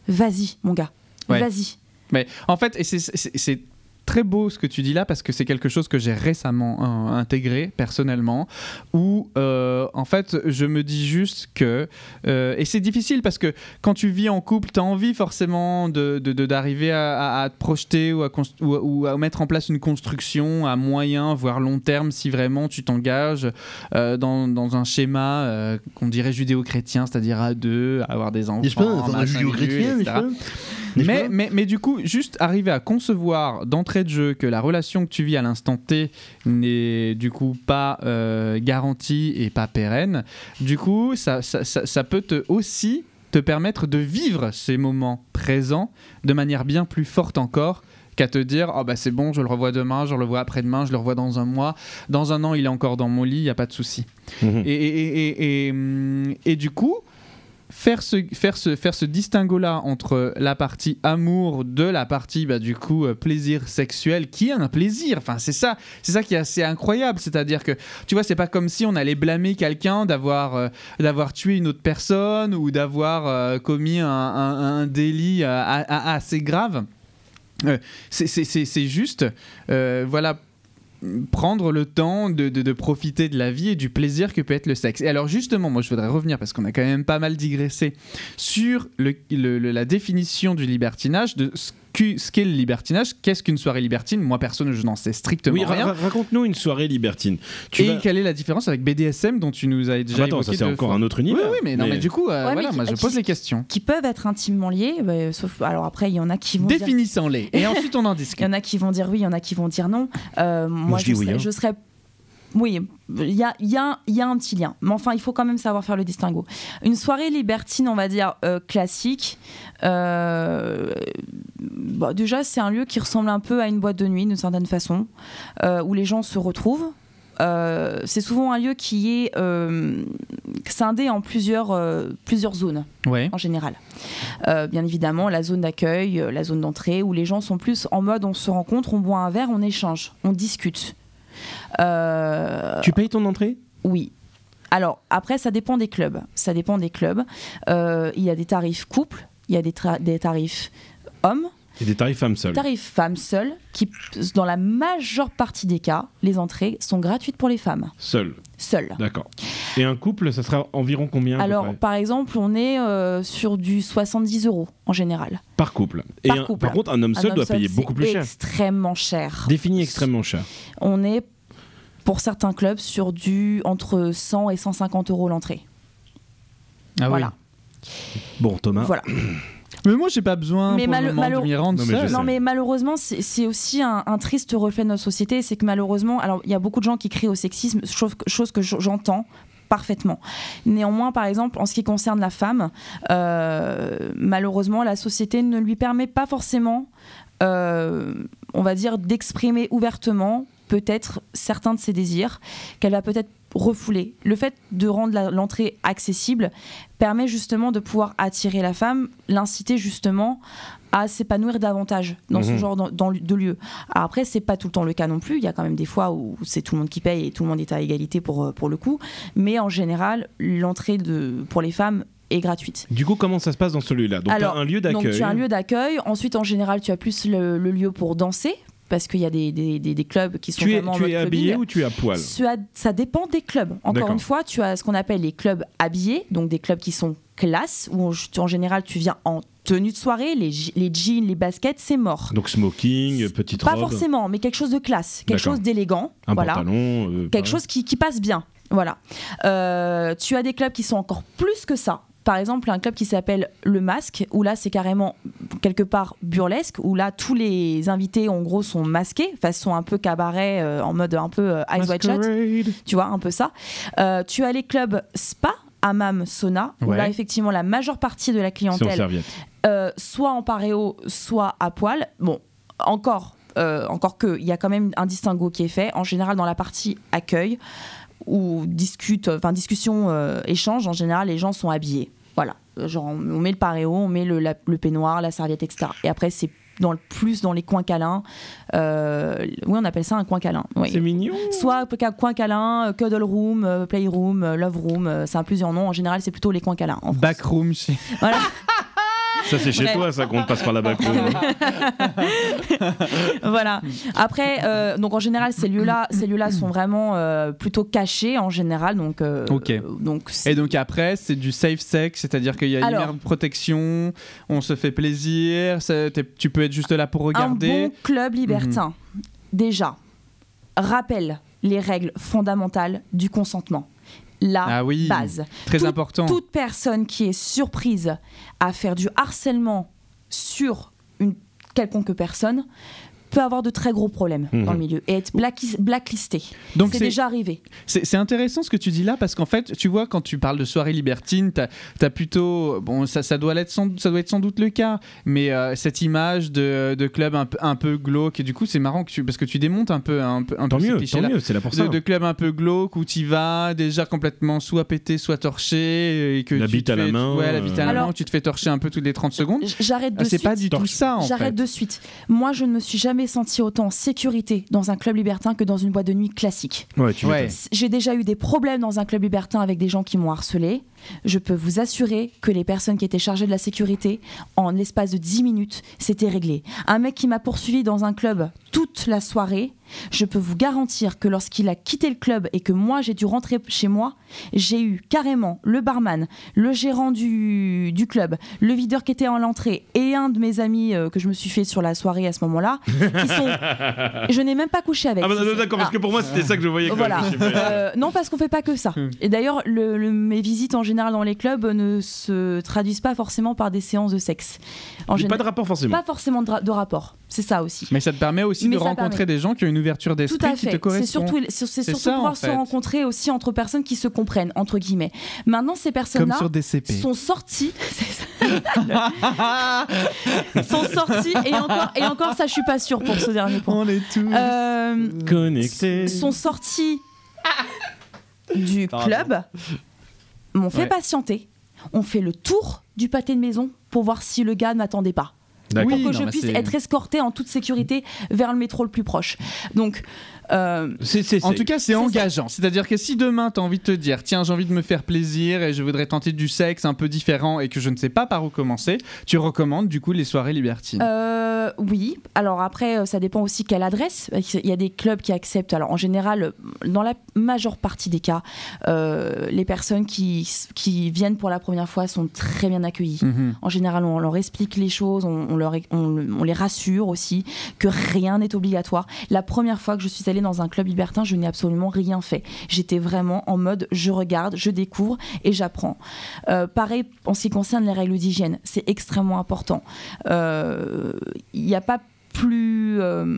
vas-y, mon gars,
Ouais.
vas-y.
Mais en fait, et c'est- c'est c'est très beau ce que tu dis là parce que c'est quelque chose que j'ai récemment euh, intégré personnellement où euh, en fait je me dis juste que euh, et c'est difficile parce que quand tu vis en couple t'as envie forcément de de- de- d'arriver à, à- à te projeter ou à, const- ou, à- ou à mettre en place une construction à moyen voire long terme si vraiment tu t'engages euh, dans, dans un schéma euh, qu'on dirait judéo-chrétien c'est-à-dire à deux avoir des enfants machin, bidule, etc. Mais, mais, mais du coup, juste arriver à concevoir d'entrée de jeu que la relation que tu vis à l'instant T n'est du coup pas euh, garantie et pas pérenne, du coup, ça, ça, ça- ça peut te aussi te permettre de vivre ces moments présents de manière bien plus forte encore qu'à te dire oh bah c'est bon je le revois demain je le revois après-demain je le revois dans un mois dans un an il est encore dans mon lit il y a pas de souci
Mhm.
et, et- et- et- et, hum, et du coup, faire ce, faire ce, faire ce distinguo-là entre la partie amour de la partie, bah, du coup, euh, plaisir sexuel, qui est un plaisir. Enfin, c'est ça, c'est ça qui est assez incroyable. C'est-à-dire que, tu vois, c'est pas comme si on allait blâmer quelqu'un d'avoir, euh, d'avoir tué une autre personne ou d'avoir euh, commis un, un- un délit euh, a- a- assez grave. Euh, c'est- c'est c'est- c'est juste, euh, voilà, prendre le temps de, de- de profiter de la vie et du plaisir que peut être le sexe. Et alors justement, moi je voudrais revenir, parce qu'on a quand même pas mal digressé, sur le- le- le- la définition du libertinage, de ce qu'est ce qu'est le libertinage, qu'est-ce qu'une soirée libertine, moi personne je n'en sais strictement
Oui, ra-
rien.
ra- raconte-nous une soirée libertine. Tu
Et
vas-
quelle est la différence avec BDSM dont tu nous as
Ah,
déjà
bah
parlé
attends, ça c'est encore un autre
Oui,
univers.
oui, mais, non, mais du coup, euh,
Ouais,
voilà,
mais
moi je
qui-
pose les questions.
qui peuvent être intimement liés, bah, sauf alors après il y en a qui vont dire-
Définissons-les, et ensuite on en
il y
discute.
en a qui vont dire oui, il y en a qui vont dire non. Euh, moi,
je dis oui,
serais-
hein.
je serais oui, il y a, il y, a, un- il y a un petit lien. Mais enfin, il faut quand même savoir faire le distinguo. Une soirée libertine, on va dire, euh, classique, euh, bah, déjà, c'est un lieu qui ressemble un peu à une boîte de nuit, d'une certaine façon, euh, où les gens se retrouvent. Euh, c'est souvent un lieu qui est euh, scindé en plusieurs, euh, plusieurs zones
Ouais.
en général. Euh, bien évidemment, la zone d'accueil, euh, la zone d'entrée, où les gens sont plus en mode on se rencontre, on boit un verre, on échange, on discute. Euh,
Tu payes ton entrée
Oui. Alors, après, ça dépend des clubs. Ça dépend des clubs. Euh, il y a des tarifs couple, il y a des, tra- des tarifs hommes,
Et des tarifs femmes seules.
tarifs femmes seules, qui, dans la majeure partie des cas, les entrées sont gratuites pour les femmes,
Seules,
seules.
d'accord. Et un couple, ça sera environ combien à peu
Alors,
près
par exemple, on est euh, sur du 70 euros en général.
Par couple. Et
par
un-
couple.
par contre, un homme
Un
seul
homme
doit
seul,
payer
c'est
beaucoup plus cher.
Extrêmement cher.
Défini extrêmement cher.
On est pour certains clubs sur du entre 100 et 150 euros l'entrée.
Ah oui.
voilà.
Bon, Thomas.
Voilà.
Mais moi j'ai pas besoin
Mais
pour
mal-
le moment
mal-
de m'y rendre
Non, mais je
seul.
sais.
Non mais malheureusement c'est c'est aussi un, un triste reflet de notre société, c'est que malheureusement alors il y a beaucoup de gens qui crient au sexisme, chose, chose que j- j'entends parfaitement. Néanmoins par exemple en ce qui concerne la femme, euh, malheureusement la société ne lui permet pas forcément, euh, on va dire d'exprimer ouvertement peut-être certains de ses désirs qu'elle va peut-être refouler. Le fait de rendre la- l'entrée accessible permet justement de pouvoir attirer la femme, l'inciter justement à s'épanouir davantage dans ce
Mhm.
genre d'en- dans- de lieu. Alors après, c'est pas tout le temps le cas non plus. Il y a quand même des fois où c'est tout le monde qui paye et tout le monde est à égalité pour, euh, pour le coup. Mais en général, l'entrée de- pour les femmes est gratuite.
Du coup, comment ça se passe dans celui-là Donc,
Alors,
t'as un lieu
Donc
d'accueil.
tu as un lieu d'accueil. Ensuite, en général, tu as plus le, le lieu pour danser parce qu'il y a des, des- des- des clubs qui sont
Tu es,
vraiment en
tu
mode
es
clubbing.
habillé ou tu es à poil
Ça, ça dépend des clubs. Encore
D'accord.
une fois, tu as ce qu'on appelle les clubs habillés, donc des clubs qui sont classe, où en, en général tu viens en tenue de soirée, les, je- les jeans, les baskets, c'est mort.
Donc, smoking, petite
Pas
robe,
forcément, mais quelque chose de classe, quelque
D'accord.
chose d'élégant,
un
voilà,
pantalon. euh,
quelque
voilà.
chose qui, qui passe bien. Voilà. Euh, tu as des clubs qui sont encore plus que ça. Par exemple, un club qui s'appelle Le Masque, où là c'est carrément quelque part burlesque, où là tous les invités en gros sont masqués, façon un peu cabaret, euh, en mode un peu euh, Eyes Wide Shut
Masquerade.
tu vois, un peu ça. Euh, tu as les clubs spa, hammam, sauna, où
Ouais.
là, effectivement, la majeure partie de la
C'est en
clientèle,
serviette.
euh, soit en paréo, soit à poil. Bon, encore, euh, encore que, il y a quand même un distinguo qui est fait, en général, dans la partie accueil, où discute, enfin, discussion, euh, échange, en général, les gens sont habillés. Voilà. Euh, Genre, on on met le paréo, on met le, la- le peignoir, la serviette, etc. Et après, c'est dans le plus dans les coins câlins. Euh, oui, on appelle ça un coin câlin. Oui
C'est mignon.
soit ca- coin câlin, euh, cuddle room, euh, playroom, euh, love room, euh, ça a plusieurs noms. En général, c'est plutôt les coins câlins. en France.
Backroom chez-
Voilà.
Ça, c'est chez
Ouais.
toi, ça, qu'on te passe par la backroom.
voilà.
Hmm.
Après, euh, donc en général, ces lieux-là, ces lieux-là sont vraiment euh, plutôt cachés en général. Donc, euh,
Ok.
euh, donc c'est-
Et donc après, c'est du safe sex, c'est-à-dire qu'il y a une
Alors.
mère de protection, on se fait plaisir, ça- t'es- tu peux être juste là pour
un
regarder.
bon
Mhm.
club libertin. Déjà, rappelle les règles fondamentales du consentement. La
Ah oui. Oh.
base.
Très
Tout-
important.
toute personne qui est surprise à faire du harcèlement sur une quelconque personne peut avoir de très gros problèmes
Mhm.
dans le milieu et être blacklist- blacklisté.
Donc
c'est
c'est-
déjà arrivé.
C'est c'est intéressant ce que tu dis là parce qu'en fait, tu vois, quand tu parles de soirée libertine, t'as as plutôt. Bon, ça, ça, doit l'être sans, ça doit être sans doute le cas, mais euh, cette image de, de club un, peu- un peu glauque, et du coup, c'est marrant que tu, parce que tu démontes un peu, un, peu- un
Tant
peu ces
mieux, tant
clichés-là.
mieux, c'est là pour ça.
De, de club un peu glauque où tu vas déjà complètement soit pété, soit torché. Et que
La
tu
bite
te
à la
fais-
main,
Ouais, la bite à la
Alors-
main, où tu te fais torcher un peu toutes les 30 secondes.
J- J'arrête euh. de
Ah, C'est
suite.
pas du tout
Torche.
ça en
J'arrête
fait.
de suite. Moi, je ne me suis jamais sentie autant en sécurité dans un club libertin que dans une boîte de nuit classique.
hein. Ouais, tu
Ouais.
m'étonnes.
S- J'ai déjà eu des problèmes dans un club libertin avec des gens qui m'ont harcelé. Je peux vous assurer que les personnes qui étaient chargées de la sécurité, en l'espace de 10 minutes, c'était réglé. Un mec qui m'a poursuivi dans un club toute la soirée, je peux vous garantir que lorsqu'il a quitté le club et que moi j'ai dû rentrer chez moi, j'ai eu carrément le barman, le gérant du, du club, le videur qui était en l'entrée et un de mes amis euh, que je me suis fait sur la soirée à ce moment-là. qui sont- je n'ai même pas couché avec.
Ah bah
Ils
non,
sont-
d'accord,
Ah.
parce que pour moi c'était ça que je voyais. quand
Voilà.
même, je sais pas.
Euh, non, parce qu'on fait pas que ça.
Hmm.
Et d'ailleurs, le- le- mes visites en général dans les clubs ne se traduisent pas forcément par des séances de sexe. En
Pas
général,
de rapport forcément.
pas forcément de, ra- de rapport. C'est ça aussi.
Mais ça te permet aussi
Mais
de
ça
rencontrer
permet.
des gens qui ont une ouverture
Tout
d'esprit
à
qui te
fait.
correspond.
C'est surtout, c'est c'est surtout
ça, en
pouvoir se
fait.
rencontrer aussi entre personnes qui se comprennent, entre guillemets. Maintenant, ces
Comme
personnes-là
sur DCP.
sont sorties. sont sorties, et encore, et encore, ça, je suis pas sûre pour ce dernier point.
On est tous.
Euh,
Connecté.
sont sortis du
Mmh. Pardon.
club, m'ont fait
Ouais.
patienter. On fait le tour du pâté de maison pour voir si le gars n'attendait pas.
D'accord.
Oui,
pour que
non,
je
mais
puisse
c'est-
être escorté en toute sécurité vers le métro le plus proche. Donc, euh,
C'est- c'est-
En
c'est-
tout cas, c'est
ça.
engageant. C'est-à-dire que si demain, tu as envie de te dire, tiens, j'ai envie de me faire plaisir et je voudrais tenter du sexe un peu différent et que je ne sais pas par où commencer, tu recommandes du coup les soirées libertines.
Euh, oui. Alors après, euh, ça dépend aussi quelle adresse. Il y a des clubs qui acceptent. Alors en général, euh, dans la majeure partie des cas, euh, les personnes qui, qui viennent pour la première fois sont très bien accueillies.
Mhm.
En général, on leur explique les choses, on, on leur, on, on les rassure aussi que rien n'est obligatoire. La première fois que je suis allée dans un club libertin, je n'ai absolument rien fait. J'étais vraiment en mode je regarde, je découvre et j'apprends. Euh, pareil en ce qui concerne les règles d'hygiène, c'est extrêmement important. Euh, Il n'y a pas plus euh,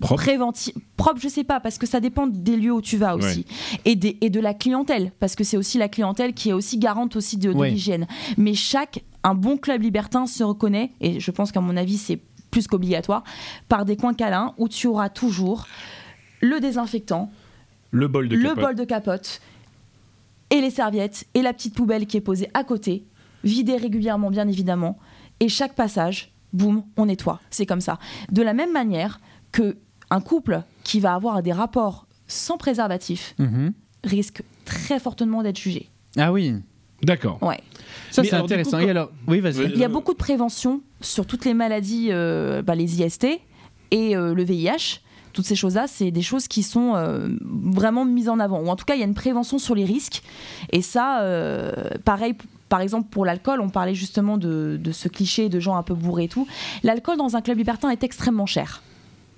Propre.
préventif propre je sais pas parce que ça dépend des lieux où tu vas aussi et, des- et de la clientèle parce que c'est aussi la clientèle qui est aussi garante aussi de, de
Ouais.
l'hygiène mais chaque un bon club libertin se reconnaît et je pense qu'à mon avis c'est plus qu'obligatoire par des coins câlins où tu auras toujours le désinfectant
le bol de
le
capote.
bol de capote et les serviettes et la petite poubelle qui est posée à côté, vidée régulièrement bien évidemment, et chaque passage, boum, on nettoie. C'est comme ça. De la même manière que un couple qui va avoir des rapports sans préservatif
Mhm.
risque très fortement d'être jugé.
Ah oui,
D'accord.
Ouais.
ça
Mais
c'est
alors, du coup, Euh,
intéressant.
quand-
Et alors, oui,
Ouais.
vas-y.
Il y a beaucoup de prévention sur toutes les maladies, euh, bah, les IST et euh, le VIH. Toutes ces choses-là, c'est des choses qui sont euh, vraiment mises en avant. Ou en tout cas, il y a une prévention sur les risques. Et ça, euh, pareil, p- par exemple, pour l'alcool, on parlait justement de, de ce cliché de gens un peu bourrés et tout. L'alcool dans un club libertin est extrêmement cher.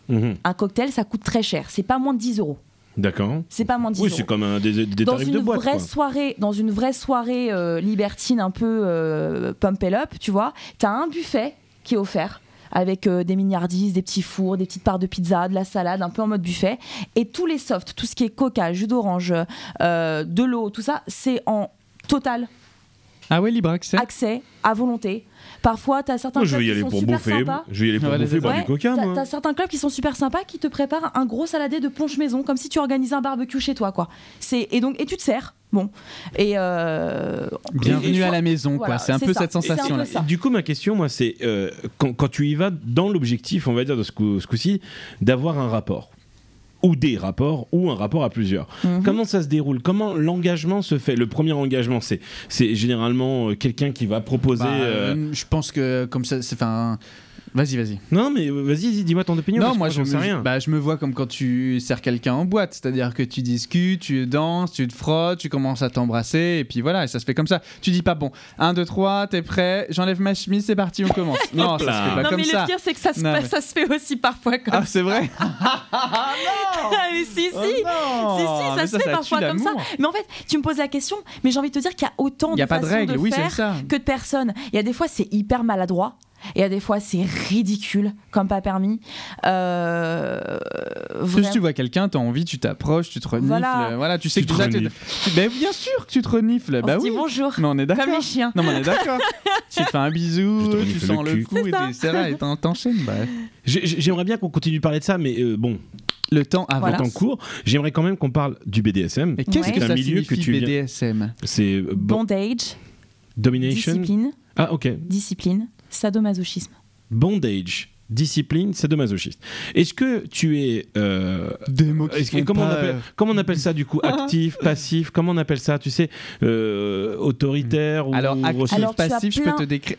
Mhm.
Un cocktail, ça coûte très cher. C'est pas moins de 10 euros.
D'accord.
C'est pas moins de 10
Oui,
euros
c'est comme un des, des
dans
tarifs
une
de boîte.
vraie
quoi.
soirée, dans une vraie soirée euh, libertine un peu euh, pump and up, tu vois, t'as un buffet qui est offert avec euh, des mignardises, des petits fours, des petites parts de pizza, de la salade, un peu en mode buffet. Et tous les softs, tout ce qui est coca, jus d'orange, euh, de l'eau, tout ça, c'est en total
Ah ouais, libre accès.
accès à volonté. Parfois, t'as certains
Moi, je
clubs
vais y
qui
aller
sont
pour
super
bouffer.
sympas.
Je vais y aller pour
Ouais,
bouffer,
les-
boire
Ouais,
bah, du coca,
t'as-
moi.
T'as certains clubs qui sont super sympas qui te préparent un gros saladé de plonge maison, comme si tu organisais un barbecue chez toi, quoi. C'est et donc et tu te sers. Bon et euh,
Bienvenue
et-
à la maison,
Voilà,
quoi. C'est un
c'est
peu
ça.
cette
C'est un peu
sensation-là.
ça.
Du coup, ma question, moi, c'est euh, quand, quand tu y vas dans l'objectif, on va dire, de ce coup- ce coup-ci, d'avoir un rapport ou des rapports, ou un rapport à plusieurs.
Mhm.
Comment ça se déroule Comment l'engagement se fait Le premier engagement, c'est c'est généralement euh, quelqu'un qui va proposer...
Bah,
euh,
euh, Je pense que comme ça, c'est enfin. Vas-y, vas-y.
Non, mais euh, vas-y, vas-y, dis-moi ton opinion. parce
Non,
que
moi, je
j'en sais
me,
rien.
bah, je me vois comme quand tu sers quelqu'un en boîte, c'est-à-dire que tu discutes, tu danses, tu te frottes, tu commences à t'embrasser, et puis voilà, et ça se fait comme ça. Tu dis pas, bon, 1, 2, 3, t'es prêt, j'enlève ma chemise, c'est parti, on commence. non,
Hop
ça
là.
se fait pas
non
Bah, comme
mais
ça.
le pire c'est que ça se,
Non,
passe-
mais-
ça se fait aussi parfois comme
Ah, c'est vrai
ça. Mais si si.
Oh non
Si, si, ça
Mais
se fait
tue
parfois comme ça.
l'amour.
Mais en fait, tu me poses la question, mais j'ai envie de te dire qu'il y a autant
Il n'y
de
a pas de
façons
règle,
de
oui, c'est
faire
ça.
que de personnes. Il y a des fois, c'est hyper maladroit. et à des fois c'est ridicule comme pas permis. Euh,
Si
vraiment-
tu vois quelqu'un, t'as envie, tu t'approches, tu te renifles.
Voilà.
euh, Voilà, tu sais
Tu
que
te
déjà, t'es-
renifles.
tu- ben, bien sûr que tu te renifles.
on
bah
se
oui.
dit bonjour,
Mais on est
comme
d'accord.
les chiens.
Non, mais on est d'accord. tu te fais un bisou,
Je te
tu
renifle
sens
le
le
cul.
cou, et t'es- c'est là, et t'en- t'enchaînes. bref.
J'ai- j'ai- J'aimerais bien qu'on continue de parler de ça, mais euh, bon,
Le temps avance.
Voilà.
en temps court, j'aimerais quand même qu'on parle du BDSM.
Mais qu'est-ce
Ouais.
que
C'est un
ça
milieu
signifie
que tu viens-
BDSM
C'est euh, bon-
Bondage,
domination.
discipline,
Ah ok.
discipline, sadomasochisme.
Bondage, discipline, sadomasochiste. Est-ce que tu es euh,
Des mots qui
Est-ce que-
font
comment, on
peur.
appelle, comment on appelle ça du coup Actif, passif Comment on appelle ça Tu sais, euh, autoritaire ou
Alors, actif,
reçu-
Alors, tu as
passif, je peux
plein-
te décrire.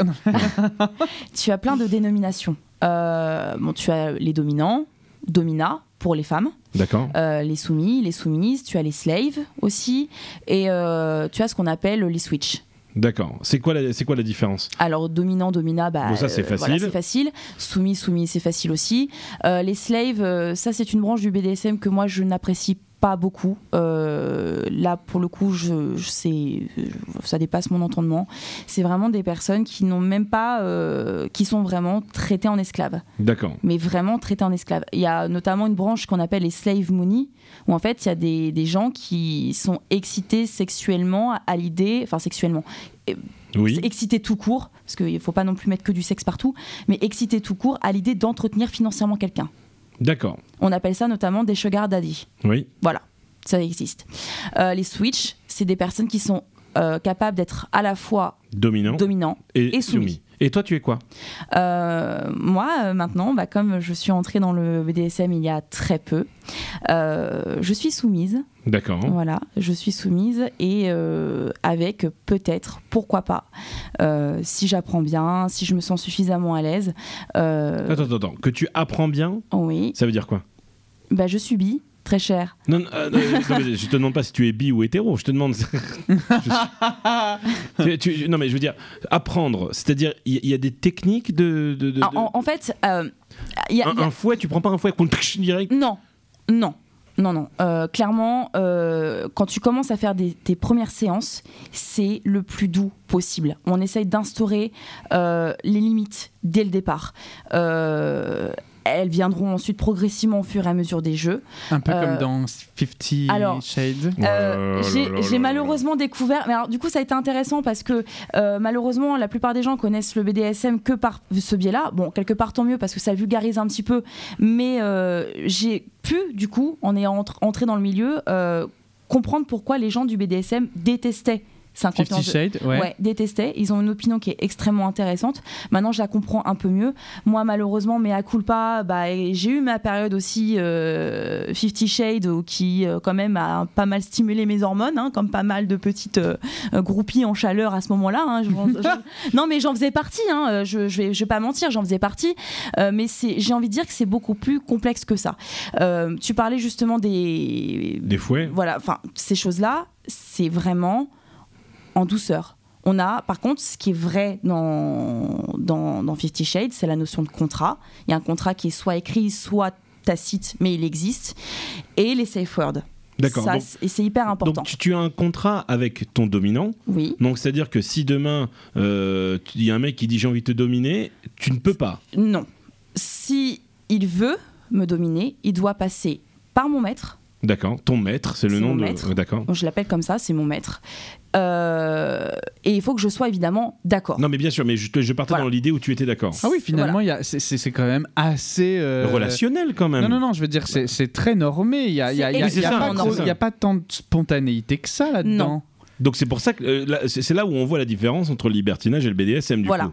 Tu as plein de dénominations. Euh, bon, tu as les dominants, domina pour les femmes.
D'accord.
euh, les soumis, les soumises, tu as les slaves aussi, et euh, tu as ce qu'on appelle les switch.
D'accord. C'est quoi la, c'est quoi la différence
Alors dominant, domina, bah,
Bon, ça, c'est
euh, voilà,
facile.
c'est facile. Soumis, soumis, c'est facile aussi. Euh, les slaves, euh, ça c'est une branche du BDSM que moi je n'apprécie pas beaucoup. Euh, là pour le coup, je, je sais, je- ça dépasse mon entendement. C'est vraiment des personnes qui n'ont même pas, euh, qui sont vraiment traitées en esclaves
D'accord.
mais vraiment traités en esclaves. Il y a notamment une branche qu'on appelle les slave money, où en fait, il y a des, des gens qui sont excités sexuellement à l'idée, enfin sexuellement,
Oui.
excités tout court, parce qu'il ne faut pas non plus mettre que du sexe partout, mais excités tout court à l'idée d'entretenir financièrement quelqu'un.
D'accord.
On appelle ça notamment des sugar daddy.
Oui.
Voilà, ça existe. Euh, les switch, c'est des personnes qui sont euh, capables d'être à la fois
Dominant.
dominants
et,
et soumis.
Et toi, tu es quoi
Euh, moi, euh, maintenant, bah, comme je suis entrée dans le BDSM il y a très peu, euh, je suis soumise.
D'accord.
Voilà, je suis soumise et euh, avec peut-être, pourquoi pas, euh, si j'apprends bien, si je me sens suffisamment à l'aise. euh,
Attends, attends, attends. Que tu apprends bien,
oui,
ça veut dire quoi
bah, je subis très cher.
non, non, euh, non, non, mais je te demande pas si tu es bi ou hétéro. Je te demande. Je- tu- tu- non, mais je veux dire apprendre. C'est-à-dire, il y, il y a des techniques de. de- de-
Ah, En, en fait, euh, il y a-
un,
il y a-
un fouet, tu prends pas un fouet contre direct.
Non, non, non, non. Euh, clairement, euh, quand tu commences à faire des- tes premières séances, c'est le plus doux possible. On essaye d'instaurer euh, les limites dès le départ. Euh, elles viendront ensuite progressivement au fur et à mesure des jeux.
Un peu
Euh,
comme dans 50
alors,
Shades.
Euh, j'ai- J'ai malheureusement découvert, mais alors, du coup ça a été intéressant parce que euh, malheureusement la plupart des gens connaissent le BDSM que par ce biais-là. Bon, quelque part tant mieux parce que ça vulgarise un petit peu, mais euh, j'ai pu du coup, en ayant entr- entré dans le milieu, euh, comprendre pourquoi les gens du BDSM détestaient 50
50 Shades, ouais.
Ouais, détestaient. Ils ont une opinion qui est extrêmement intéressante. Maintenant, je la comprends un peu mieux. Moi, malheureusement, mais à culpa, bah, et j'ai eu ma période aussi euh, 50 Shades euh, qui, euh, quand même, a pas mal stimulé mes hormones, hein, comme pas mal de petites euh, euh, groupies en chaleur à ce moment-là. hein. J'en- j'en- non, mais j'en faisais partie. hein, euh, Je, je, vais, je vais pas mentir, j'en faisais partie. Euh, mais c'est, j'ai envie de dire que c'est beaucoup plus complexe que ça. Euh, tu parlais justement des,
Des fouets.
voilà, enfin, ces choses-là, c'est vraiment en douceur. On a, par contre, ce qui est vrai dans, dans, dans Fifty Shades, c'est la notion de contrat. Il y a un contrat qui est soit écrit, soit tacite, mais il existe. Et les safe words.
D'accord.
Ça,
donc-
c'est- et c'est hyper important.
Donc tu, tu as un contrat avec ton dominant.
oui.
Donc c'est-à-dire que si demain euh, tu- il y a un mec qui dit j'ai envie de te dominer, tu ne peux pas.
Non. Si il veut me dominer, il doit passer par mon maître.
D'accord. Ton maître, c'est le
C'est
nom
mon
de.
maître.
Ouais, D'accord.
Bon, je l'appelle comme ça, c'est mon maître. Euh, et il faut que je sois évidemment d'accord.
Non mais bien sûr, mais je, te- je partais
Voilà.
dans l'idée où tu étais d'accord.
Ah oui,
Voilà.
finalement, il y a- c'est- c'est c'est quand même assez. euh,
Relationnel quand même.
Non, non, non, je veux dire, c'est c'est très normé. Il n'y a, il y a, il y a,
C'est
il y a
extrêmement
pas trop-
normé.
il y a pas tant de spontanéité que ça là-dedans.
Donc c'est pour ça que euh, là, c'est c'est là où on voit la différence entre le libertinage et le BDSM du
Voilà.
coup.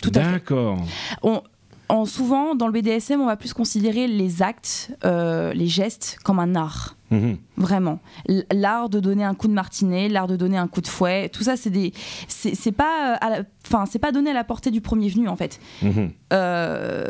Tout à fait.
D'accord.
on, en souvent, dans le BDSM, on va plus considérer les actes, euh, les gestes, comme un art.
Mhm.
Vraiment. L- L'art de donner un coup de martinet, l'art de donner un coup de fouet, tout ça, c'est des, c'est c'est pas, euh, à la- enfin, c'est pas donné à la portée du premier venu en fait.
Mhm.
Euh,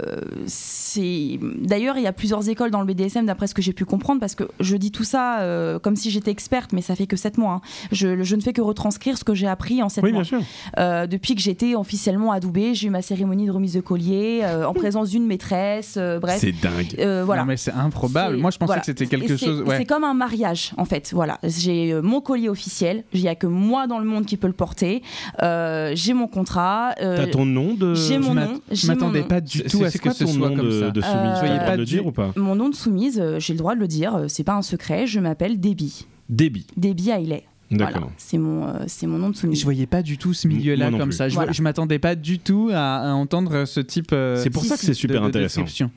c'est, d'ailleurs, il y a plusieurs écoles dans le BDSM, d'après ce que j'ai pu comprendre, parce que je dis tout ça euh, comme si j'étais experte, mais ça fait que 7 mois. hein. Je, je ne fais que retranscrire ce que j'ai appris en 7
Oui
mois.
bien sûr.
Euh, depuis que j'étais officiellement adoubée, j'ai eu ma cérémonie de remise de collier euh, en présence d'une maîtresse, euh, bref.
C'est dingue.
Euh, voilà.
Non, mais c'est improbable.
C'est-
Moi, je pensais
voilà.
que c'était
Et
quelque
c'est-
chose. ouais.
C'est comme un mariage, en fait. Voilà, j'ai euh, mon collier officiel, il n'y a que moi dans le monde qui peut le porter. Euh, j'ai mon contrat. euh,
T'as ton nom de.
j'ai mon
Je m'att-
nom.
Je
j'ai
m'attendais
mon nom.
pas du
C'est-
tout à
C'est
ce
c'est
que
quoi
ce
ton
soit
nom
comme
de,
ça.
de
Euh,
soumise T'as
Soyez
le
pas
droit de le
du-
dire ou pas
Mon nom de soumise, euh, j'ai le droit de le dire, euh, c'est pas un secret, je m'appelle Debbie.
Débit.
Debbie Hailey. Voilà,
D'accord.
c'est mon, euh, c'est mon nom de soumise.
Je voyais pas du tout ce
Moi
milieu-là
non
comme
plus.
ça. Je,
Voilà.
je m'attendais pas du tout à, à entendre ce type. euh,
C'est pour
si,
ça que
si,
c'est super
de- de
intéressant.
description.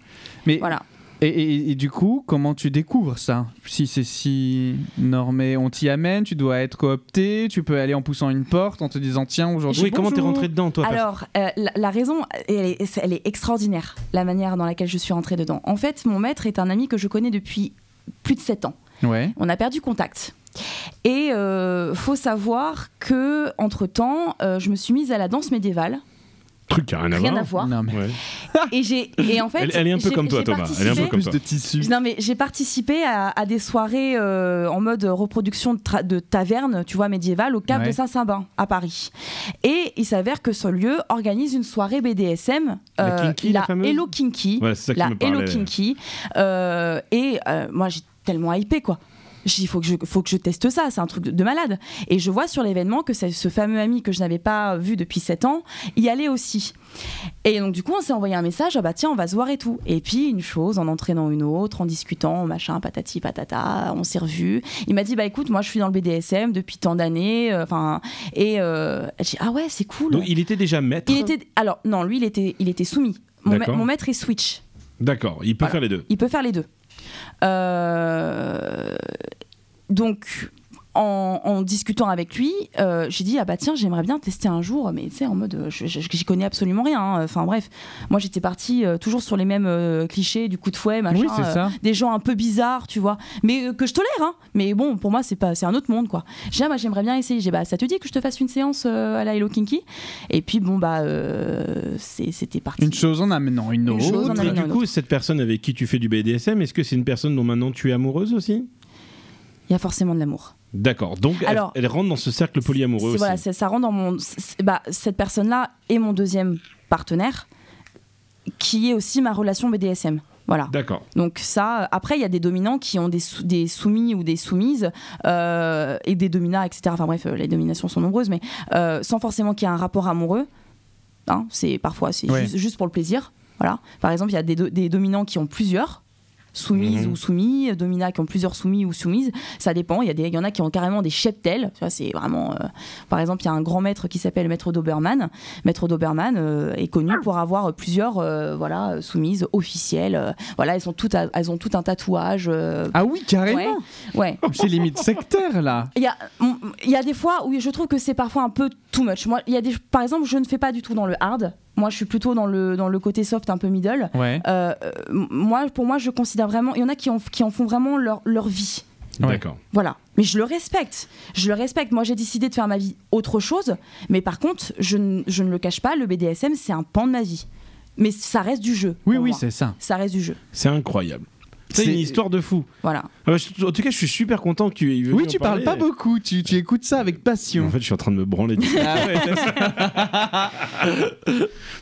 Mais
Voilà.
et, et- et du coup, comment tu découvres ça Si c'est si normé, on t'y amène, tu dois être coopté, tu peux aller en poussant une porte en te disant tiens aujourd'hui.
Oui, comment t'es
bonjour.
rentré dedans, toi parce-
Alors, euh, la, la raison, elle est, elle est extraordinaire, la manière dans laquelle je suis rentrée dedans. En fait, mon maître est un ami que je connais depuis plus de 7 ans.
Ouais.
On a perdu contact. Et euh, faut savoir que entre temps, je me suis mise à la danse médiévale.
Truc qui a rien à
Rien
voir.
à voir.
Oh, Non mais
Ouais.
Et j'ai et en fait,
Elle- elle est un peu
j'ai-
comme toi,
j'ai
Thomas. Elle est un peu
participé-
Comme
plus
ça.
de tissu.
Non mais j'ai participé à, à des soirées euh, en mode reproduction de, tra- de taverne, tu vois, médiévale, au Cap
Ouais.
de Saint-Saint-Bain, à Paris. Et il s'avère que ce lieu organise une soirée BDSM,
La Kinky, la fameuse
euh, Hello Kinky,
Voilà, c'est ça qui
la
me
Hello
parlait.
Kinky. Euh, et euh, moi j'ai tellement hypé quoi. J'ai dit, faut que je faut que je teste ça, c'est un truc de, de malade. Et je vois sur l'événement que c'est ce fameux ami que je n'avais pas vu depuis 7 ans y allait aussi. Et donc du coup, on s'est envoyé un message, ah bah tiens, on va se voir et tout. Et puis une chose, en entraînant une autre, en discutant, machin, patati patata, on s'est revus. Il m'a dit bah écoute, moi je suis dans le BDSM depuis tant d'années, euh, enfin et euh, j'ai dit, ah ouais, c'est cool.
Donc, il était déjà maître.
Il était alors non, lui il était il était soumis. Mon, ma-
D'accord.
mon maître est switch.
D'accord, il peut
Voilà.
faire les deux.
Il peut faire les deux. Euh, donc, en, en discutant avec lui, euh, j'ai dit ah bah tiens, j'aimerais bien tester un jour, mais tu sais en mode euh, je- je- j'y connais absolument rien. hein. Enfin bref, moi j'étais partie euh, toujours sur les mêmes euh, clichés du coup de fouet, machin,
Oui, c'est
euh,
ça.
des gens un peu bizarres, tu vois, mais euh, que je tolère. Hein. Mais bon, pour moi c'est pas, c'est un autre monde quoi. J'ai dit, ah, moi j'aimerais bien essayer. J'ai dit, bah ça te dit que je te fasse une séance euh, à la Hello Kinky Et puis bon bah euh, c'est- c'était parti.
Une chose en amenant une
Une
autre.
chose en
Et
amenant
Oh, du
un
coup, cette personne avec qui tu fais du BDSM, est-ce que c'est une personne dont maintenant tu es amoureuse aussi
Il y a forcément de l'amour.
D'accord, donc elle-
Alors-
elle, rentre dans ce cercle polyamoureux
C'est-
aussi.
Voilà, ça, ça rend dans mon. c'est- c'est- bah, cette personne-là est mon deuxième partenaire, qui est aussi ma relation BDSM. Voilà.
D'accord.
Donc ça, euh, après, il y a des dominants qui ont des, sou- des soumis ou des soumises, euh, et des dominats, etc. Enfin bref, euh, les dominations sont nombreuses, mais euh, sans forcément qu'il y ait un rapport amoureux. Hein, c'est parfois, c'est
Ouais.
juste, juste pour le plaisir. Voilà. Par exemple, il y a des, do- des dominants qui ont plusieurs soumises
Mhm.
ou soumis, euh, dominats qui ont plusieurs soumis ou soumises. Ça dépend. Il y, a des- il y en a qui ont carrément des cheptels. Tu vois, c'est vraiment. euh, par exemple, il y a un grand maître qui s'appelle Maître Doberman. Maître Doberman euh, est connu pour avoir plusieurs euh, voilà, euh, soumises officielles. euh, voilà, elles, sont toutes à- elles ont tout un tatouage. euh,
Ah oui, carrément.
ouais.
C'est limite sectaire là.
Il y, a, mm, il y a des fois où je trouve que c'est parfois un peu too much. Moi, il y a des, par exemple, je ne fais pas du tout dans le hard. Moi, je suis plutôt dans le, dans le côté soft, un peu middle.
Ouais.
Euh, euh, m- moi, pour moi, je considère vraiment. Il y en a qui en, qui en font vraiment leur, leur vie.
Ouais.
D'accord.
Voilà. Mais je le respecte. Je le respecte. Moi, j'ai décidé de faire ma vie autre chose. Mais par contre, je, ne- je ne le cache pas, le BDSM, c'est un pan de ma vie. Mais ça reste du jeu.
Oui,
pour
oui,
moi.
c'est ça.
Ça reste du jeu.
C'est incroyable. C'est
C'est-
une histoire de fou.
Voilà.
Ah bah, je- en tout cas, je suis super content que tu aies venu
Oui,
en
tu parles
parler.
pas beaucoup, tu, tu écoutes ça
En
avec passion.
fait, je suis en train de me branler. Du,
Ah ouais,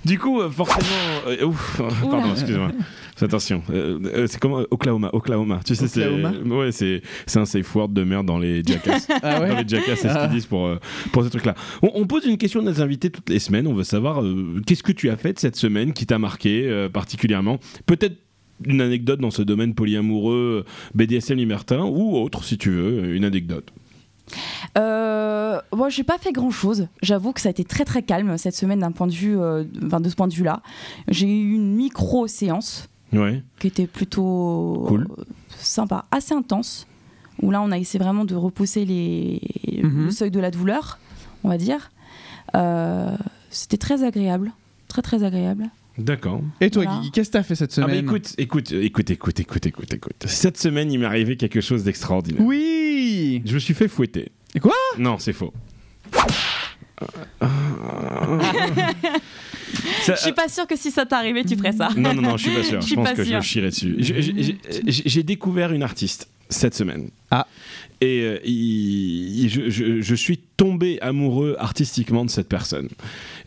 du coup, euh, forcément. euh, ouf, pardon, excuse-moi. Fais Attention. Euh, euh, c'est comment Oklahoma, Oklahoma. Tu sais, c'est
Oklahoma
ouais, c'est c'est un safe word de merde dans les jackass. Dans
ah ouais.
les jackass, c'est ce
Ah.
qu'ils disent pour, euh, pour ces trucs-là. On, on pose une question à nos invités toutes les semaines. On veut savoir euh, qu'est-ce que tu as fait de cette semaine qui t'a marqué euh, particulièrement. Peut-être une anecdote dans ce domaine polyamoureux, euh, BDSM libertin ou autre, si tu veux, une anecdote.
Euh, moi, j'ai pas fait grand chose. J'avoue que ça a été très très calme cette semaine d'un point de vue, euh, de- enfin, de ce point de vue-là. J'ai eu une micro séance
Ouais.
qui était plutôt
Cool.
euh, sympa, assez intense. Où là, on a essayé vraiment de repousser les...
Mhm.
le seuil de la douleur, on va dire. Euh, C'était très agréable, très très agréable.
D'accord.
Et toi,
Voilà.
Guigui, qu'est-ce que t'as fait cette
Ah bah
semaine
écoute, écoute, écoute, écoute, écoute, écoute, écoute. Cette semaine, il m'est arrivé quelque chose d'extraordinaire.
Oui
Je me suis fait fouetter.
Quoi
Non, c'est faux. Ça-
Je suis pas sûre que si ça t'arrivait, tu ferais ça.
Non, non, non, je suis pas
Je
sûr. Je
suis
pense
pas
que je me
sûre.
chierais dessus. J'ai- j'ai- J'ai j'ai découvert une artiste cette semaine.
Ah.
Et euh, il- il- je, je- je suis tombé amoureux artistiquement de cette personne.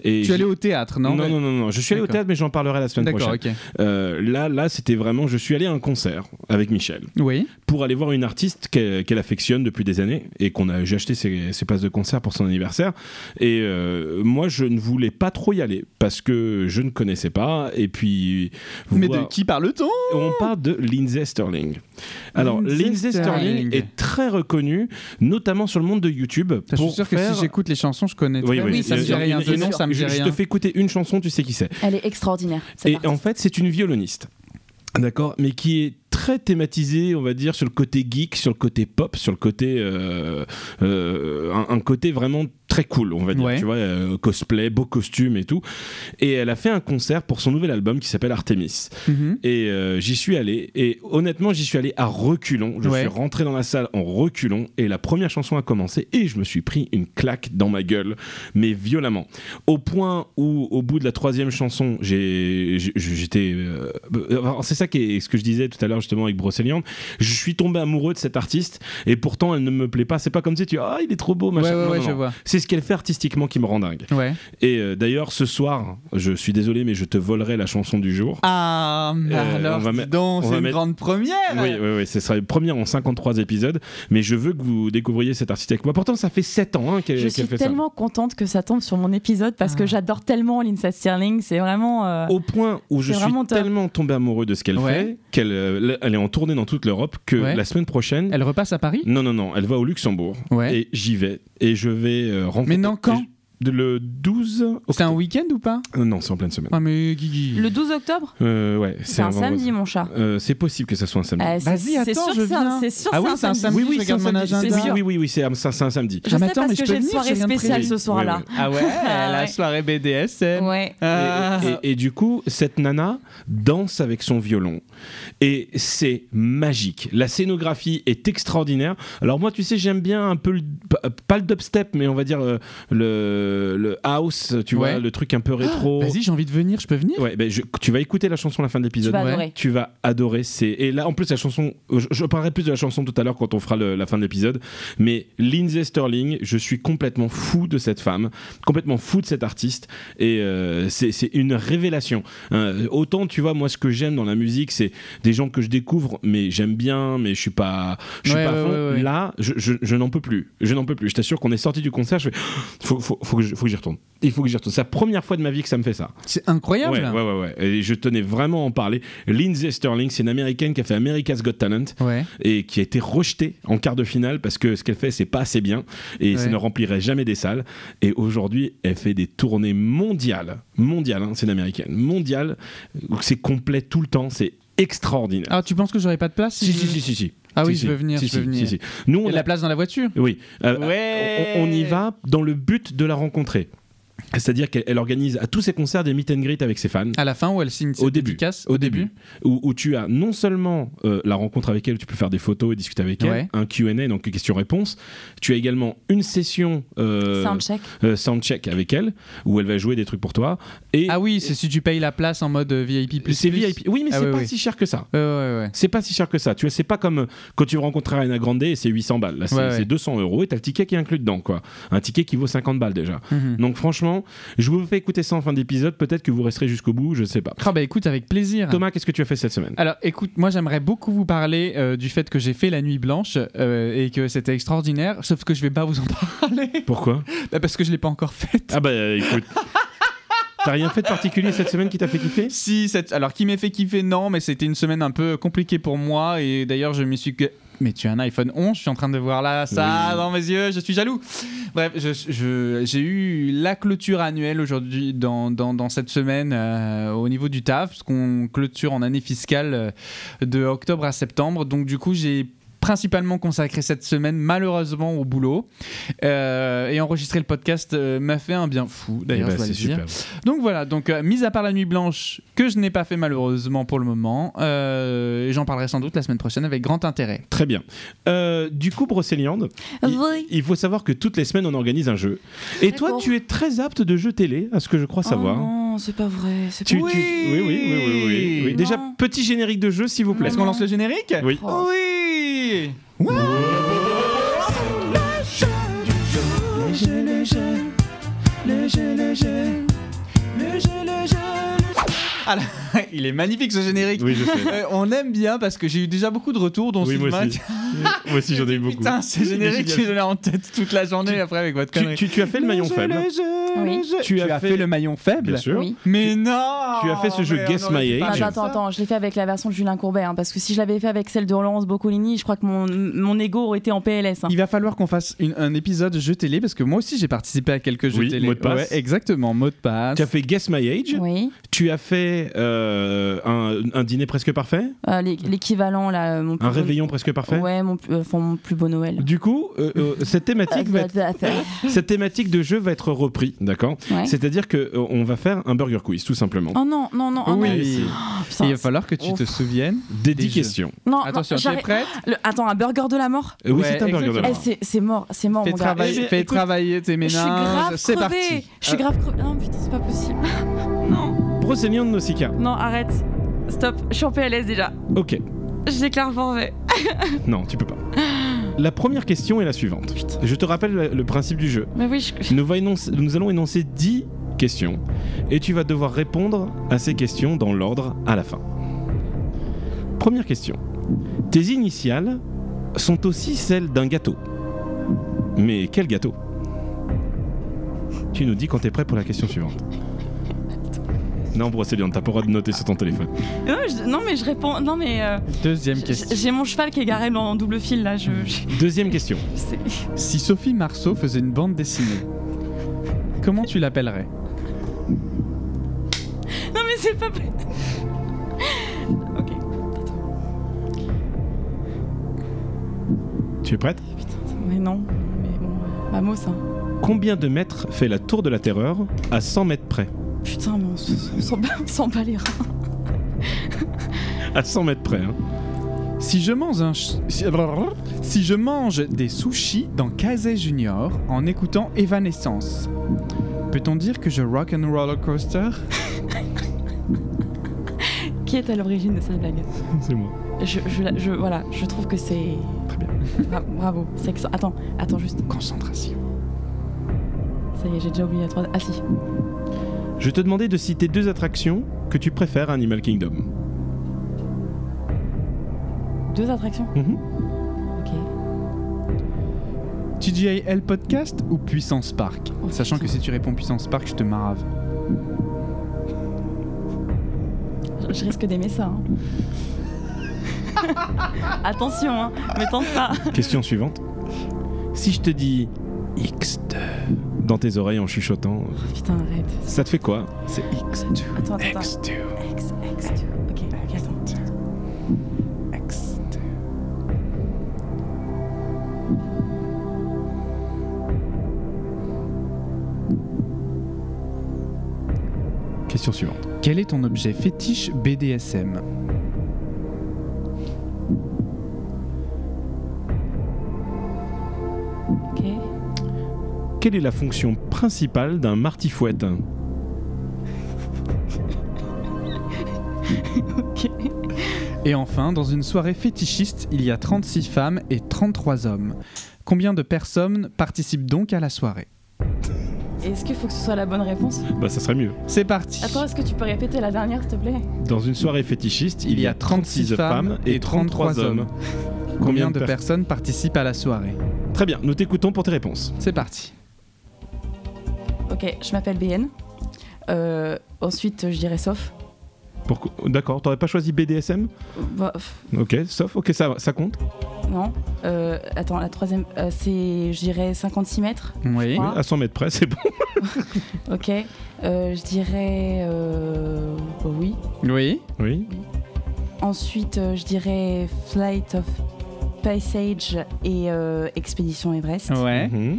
Et
Tu es
j'ai-
allé au théâtre, non
non, non, non, non, je suis allé au
D'accord.
théâtre, mais j'en parlerai la semaine
D'accord,
prochaine.
ok.
Euh, là, là, c'était vraiment. Je suis allé à un concert avec Michel
Oui.
pour aller voir une artiste qu'elle qu'elle affectionne depuis des années et qu'on a j'ai acheté ses, ses places de concert pour son anniversaire et euh, moi je ne voulais pas trop y aller parce que je ne connaissais pas et puis
Mais de
voir-
qui parle-t-on
on parle de Lindsay Sterling alors
Lindsay
Lindsay Sterling
Stirling.
est très reconnue notamment sur le monde de YouTube
Je suis
pour
sûr que
faire
si j'écoute les chansons, je connais.
oui, oui,
Oui,
ça me
c'est
dit
sûr.
rien.
Il-
De
il-
nom, ça me dit
je, je
rien.
te fais écouter une chanson tu sais qui c'est
Elle est extraordinaire. cette
et
artiste.
en fait, c'est une violoniste. D'accord Mais qui est très thématisée, on va dire, sur le côté geek, sur le côté pop, sur le côté. euh, euh, un, un côté vraiment très cool, on va dire.
Ouais.
Tu vois, euh, cosplay, beau costume et tout. Et elle a fait un concert pour son nouvel album qui s'appelle Artemis.
Mhm.
Et euh, j'y suis allé. Et honnêtement, j'y suis allé à reculons. Je
Ouais.
suis rentré dans la salle en reculons. Et la première chanson a commencé. Et je me suis pris une claque dans ma gueule, mais violemment. Au point où, au bout de la troisième chanson, j'ai- j'ai- j'étais. euh, euh, C'est ça qui est ce que je disais tout à l'heure justement avec Brocéliande. Je suis tombé amoureux de cet artiste. Et pourtant, elle ne me plaît pas. C'est pas comme si tu. Ah, il est trop beau,
Ouais,
machin.
ouais,
Non,
ouais,
non,
je
non.
vois.
C'est ce qu'elle fait artistiquement qui me rend dingue.
Ouais.
Et euh, d'ailleurs, ce soir, je suis désolé, mais je te volerai la chanson du jour.
Ah,
Euh,
alors,
on va
dis
mettre-
donc,
on
c'est
va
une
mettre-
grande première.
Oui, oui, oui, ce sera le premier en 53 épisodes, mais je veux que vous découvriez cet artiste avec moi. Pourtant, ça fait 7 ans hein, qu'elle
je
qu'elle
suis
fait
tellement contente que ça tombe sur mon épisode parce
Ah.
que j'adore tellement Lindsay Stirling. C'est vraiment. euh,
ça. Au point où je
C'est
suis
vraiment top.
tellement tombé amoureux de ce qu'elle
Ouais.
fait, qu'elle euh, elle est en tournée dans toute l'Europe, que
Ouais.
la semaine prochaine...
Elle repasse à Paris
Non, non, non, elle va au Luxembourg,
Ouais.
et j'y vais, et je vais euh, rencontrer...
Mais non, quand
et je- Le 12...
C'est un week-end ou pas
Euh, Non, c'est en pleine semaine.
Ah, mais Guigui.
Le 12 octobre
Euh, ouais,
C'est un
vendredi.
samedi, mon chat.
Euh, c'est possible que ça soit un samedi.
Euh, c'est-
Vas-y,
c'est
attends,
sûr
je
que c'est un-
viens.
C'est sûr
Ah
que
oui,
c'est un
c'est un
samedi.
samedi,
oui, oui,
je
c'est un
regarde mon
samedi.
agenda.
Oui, oui, oui, oui, c'est un, c'est un samedi.
Je
Ah, mais
sais
attends, mais
parce
je
que
peux
j'ai une
venir, j'ai
soirée
rien de
spéciale
prévu.
ce soir-là.
Ah ouais, la
ouais.
soirée BDSM.
Ouais.
Ah.
Et- Et, et du coup, cette nana danse avec son violon. Et c'est magique. La scénographie est extraordinaire. Alors moi, tu sais, j'aime bien un peu, le- p- pas le dubstep, mais on va dire euh, le, le house, tu
Ouais. Ah,
vois, le truc un peu rétro.
Vas-y, j'ai envie de venir, je peux venir
Ouais, ben, je- tu vas écouter la chanson à la fin de
Tu
l'épisode.
vas
Ouais.
adorer.
Tu vas adorer. C'est et là en plus la chanson. Je, je parlerai plus de la chanson tout à l'heure quand on fera le- la fin de l'épisode. Mais Lindsay Sterling, je suis complètement fou de cette femme, complètement fou de cet artiste. Et euh, c'est c'est une révélation. Euh, autant tu vois moi ce que j'aime dans la musique, c'est des gens que je découvre, mais j'aime bien, mais je suis pas, je suis
Ouais,
pas à
ouais,
fond.
ouais, ouais.
Là, je, je- je n'en peux plus. Je n'en peux plus. Je t'assure qu'on est sorti du concert. Je fais, faut, faut, faut que je- faut que j'y retourne. Il faut que j'y retourne. C'est la première fois de ma vie que ça me fait ça.
C'est incroyable.
Ouais, ouais, ouais, ouais. Et je tenais vraiment à en parler. Lindsay Sterling, c'est une américaine qui a fait America's Got Talent
Ouais.
et qui a été rejetée en quart de finale parce que ce qu'elle fait, c'est pas assez bien et ça
Ouais.
ne remplirait jamais des salles. Et aujourd'hui, elle fait des tournées mondiales. Mondiales, hein, c'est une américaine. Mondiale, où c'est complet tout le temps, c'est extraordinaire.
Ah, tu penses que j'aurais pas de place
si,
je-
si, si, si, si.
Ah oui,
Si,
je veux
si,
venir,
si,
je veux
si,
venir.
si, si. Nous,
Il y
on
a de la place dans la voiture
oui. Euh,
Ouais.
on, on y va dans le but de la rencontrer. C'est-à-dire qu'elle elle organise à tous ses concerts des meet and greet avec ses fans.
À la fin où elle signe ses
Au début,
dédicaces,
au début, où, où tu as non seulement euh, la rencontre avec elle, tu peux faire des photos et discuter avec elle,
Ouais.
un Q&A, donc question-réponse, tu as également une session euh,
Soundcheck.
euh, soundcheck avec elle, où elle va jouer des trucs pour toi, et
Ah oui, c'est si tu payes la place en mode euh, VIP++.
c'est VIP. Oui, mais
Ah
c'est
oui,
pas
oui.
si cher que ça.
Ouais, ouais, ouais.
C'est pas si cher que ça. Tu vois, c'est pas comme euh, quand tu rencontres Ariana Grande et c'est 800 balles. Là, c'est
Ouais, ouais.
c'est 200 euros et t'as le ticket qui est inclus dedans, quoi. Un ticket qui vaut 50 balles déjà.
Mhm.
Donc franchement, je vous fais écouter ça en fin d'épisode. Peut-être que vous resterez jusqu'au bout, je sais pas.
Ah bah écoute, avec plaisir.
Thomas, qu'est-ce que tu as fait cette semaine
Alors écoute, moi j'aimerais beaucoup vous parler euh, du fait que j'ai fait la nuit blanche euh, et que c'était extraordinaire, sauf que je vais pas vous en parler
Pourquoi
Bah, parce que je l'ai pas encore faite.
Ah bah euh, écoute. T'as rien fait de particulier cette semaine qui t'a fait kiffer
Si, cette- alors qui m'a fait kiffer Non, mais c'était une semaine un peu compliquée pour moi et d'ailleurs je me suis que. Mais tu as un iPhone 11, je suis en train de voir là ça
Oui.
dans mes yeux, je suis jaloux. Bref, je- je- j'ai eu la clôture annuelle aujourd'hui dans, dans, dans cette semaine euh, au niveau du taf, parce qu'on clôture en année fiscale euh, de octobre à septembre. Donc du coup, j'ai principalement consacré cette semaine malheureusement au boulot Euh, et enregistrer le podcast euh, m'a fait un bien fou d'ailleurs
Eh ben,
je dois
c'est
le dire
super.
donc voilà, donc euh, mis à part la nuit blanche que je n'ai pas fait malheureusement pour le moment, euh, et j'en parlerai sans doute la semaine prochaine avec grand intérêt.
Très bien. Euh, du coup, Brocéliande, il,
Oui.
il faut savoir que toutes les semaines, on organise un jeu. Et toi,
D'accord.
tu es très apte de jeux télé, à ce que je crois savoir.
Oh non, c'est pas vrai. c'est
Tu-
pas
tu-
vrai.
oui, oui, oui, oui, oui, oui.
Non.
Déjà, petit générique de jeu, s'il vous plaît.
Est-ce qu'on lance le générique
Oui.
Oh.
Oh Oui
Ouais.
le jeu, le jeu, le jeu. Ah là, il est magnifique ce générique.
Oui, je sais.
Euh, on aime bien parce que j'ai eu déjà beaucoup de retours, dont
Oui, moi
Sylvain
aussi. moi aussi, j'en ai eu beaucoup.
Putain, c'est
Il est
générique,
génial.
je l'ai en tête toute la journée
Tu-
après avec votre
Tu,
connerie.
tu- tu as fait le maillon
jeu,
faible.
le jeu,
Oui.
le jeu.
Tu as fait-
le maillon faible
Bien sûr.
Oui. Ah,
Mais non
Tu as fait ce jeu
Mais on
Guess
aurait
My
pas
Age.
fait
attends, attends,
ça.
attends, je l'ai fait avec la version de Julien Courbet, hein, parce que si je l'avais fait avec celle de Laurence Boccolini, je crois que mon, mon ego aurait été en PLS. hein.
Il va falloir qu'on fasse une- un épisode jeu télé parce que moi aussi j'ai participé à quelques jeux
Oui,
télé.
mot de passe.
Ouais, exactement, mot de passe.
Tu as fait Guess My Age.
Oui,
Tu as fait euh, un, un dîner presque parfait.
Euh, l'é- l'équivalent là, euh, mon plus
Un
beau-
réveillon presque parfait.
Ouais, mon, plus- euh, enfin, mon plus beau Noël.
Du coup, euh, euh, cette, thématique va être- cette thématique de jeu va être reprise, d'accord
Ouais.
C'est-à-dire qu'on on va faire un burger quiz, tout simplement.
Oh non, non, non, oh non.
oui.
c'est-
Oh,
Et
putain,
il va falloir que tu te
Ouf.
souviennes.
Des
Des
10
jeux.
questions.
c'est- non,
Attention,
non,
tu es
j'arrête.
prête
Le- Attends, un burger de la mort
Euh, oui,
Ouais,
c'est un burger de la
exactement.
Eh,
mort.
c'est- C'est mort, c'est mort,
Fais,
Oh, mon gars.
travailler,
mais
fais
écoute,
travailler tes
Je suis
méninges.
grave
C'est
crevée.
parti.
Je suis grave crevée. Non, putain, c'est pas possible.
Brocéliande Nausicaa.
Non, arrête. Stop. Je suis en PLS déjà.
Ok.
Je déclare forfait.
Non, tu peux pas. La première question est la suivante. Je te rappelle le- le principe du jeu.
Mais oui, je...
Nous, va énoncer- nous allons énoncer 10 questions et tu vas devoir répondre à ces questions dans l'ordre à la fin. Première question. Tes initiales sont aussi celles d'un gâteau. Mais quel gâteau Tu nous dis quand t'es prêt pour la question suivante. Non, Brocéliande, t'as pas le droit de noter sur ton téléphone.
Non, je- non, mais je réponds. Non, mais euh,
Deuxième
j-
question.
j'ai mon cheval qui est garé en double fil là. Je, je-
Deuxième question.
je sais.
Si Sophie Marceau faisait une bande dessinée, comment tu l'appellerais
Non, mais c'est pas. vrai. ok.
Tu es prête
Mais non. Mais bon, euh, Mamos, ça.
Combien de mètres fait la tour de la terreur à 100 mètres près
Putain, mais on s- on s'en bat- on s'en bat les reins.
À 100 mètres près, hein.
Si je mange un ch- si... si je mange des sushis dans Kazé Junior en écoutant Evanescence, peut-on dire que je rock and roller coaster
Qui est à l'origine de cette blague
C'est moi.
je, je, la- je, voilà, je trouve que c'est.
Très bien.
Bra- Bravo, c'est excellent. Attends, attends juste.
Concentration.
Ça y est, j'ai déjà oublié la troisième. Ah si.
Je te demandais de citer deux attractions que tu préfères à Animal Kingdom.
Deux attractions.
Mhm.
Ok.
TGIL Podcast ou Puissance Park
Oh,
Sachant
putain.
que si tu réponds Puissance Park, je te marave.
Je, je risque d'aimer ça. hein. Attention, hein. Mais tente pas.
Question suivante. Si je te dis X2 dans tes oreilles en chuchotant,
Putain, arrête.
ça te fait quoi
C'est X2.
Attends, attends, attends.
X2.
X, X, tu- Ok, ok, attends.
X2.
Question suivante.
Quel est ton objet fétiche BDSM
Ok.
Quelle est la fonction principale d'un martifouette
Ok.
Et enfin, dans une soirée fétichiste, il y a 36 femmes et 33 hommes. Combien de personnes participent donc à la soirée
Est-ce qu'il faut que ce soit la bonne réponse
Bah ça serait mieux.
C'est parti
Attends, est-ce que tu peux répéter la dernière, s'il te plaît
Dans une soirée fétichiste, il y a 36 femmes et 33 hommes.
Combien de
pers-
personnes participent à la soirée
Très bien, nous t'écoutons pour tes réponses.
C'est parti.
Ok, je m'appelle BN. Euh, ensuite, je dirais sauf.
Pourquoi- D'accord, t'aurais pas choisi BDSM
Bah, pff,
Ok, sauf, ok, ça, ça compte.
non. Euh, attends, la troisième, euh, c'est, je dirais 56 mètres.
Oui.
crois.
Oui, à 100 mètres près, c'est bon.
Ok. Euh, je dirais. euh, bah oui.
Oui.
Oui.
Ensuite, euh, je dirais Flight of Passage et euh, Expédition Everest.
Ouais.
Mhm.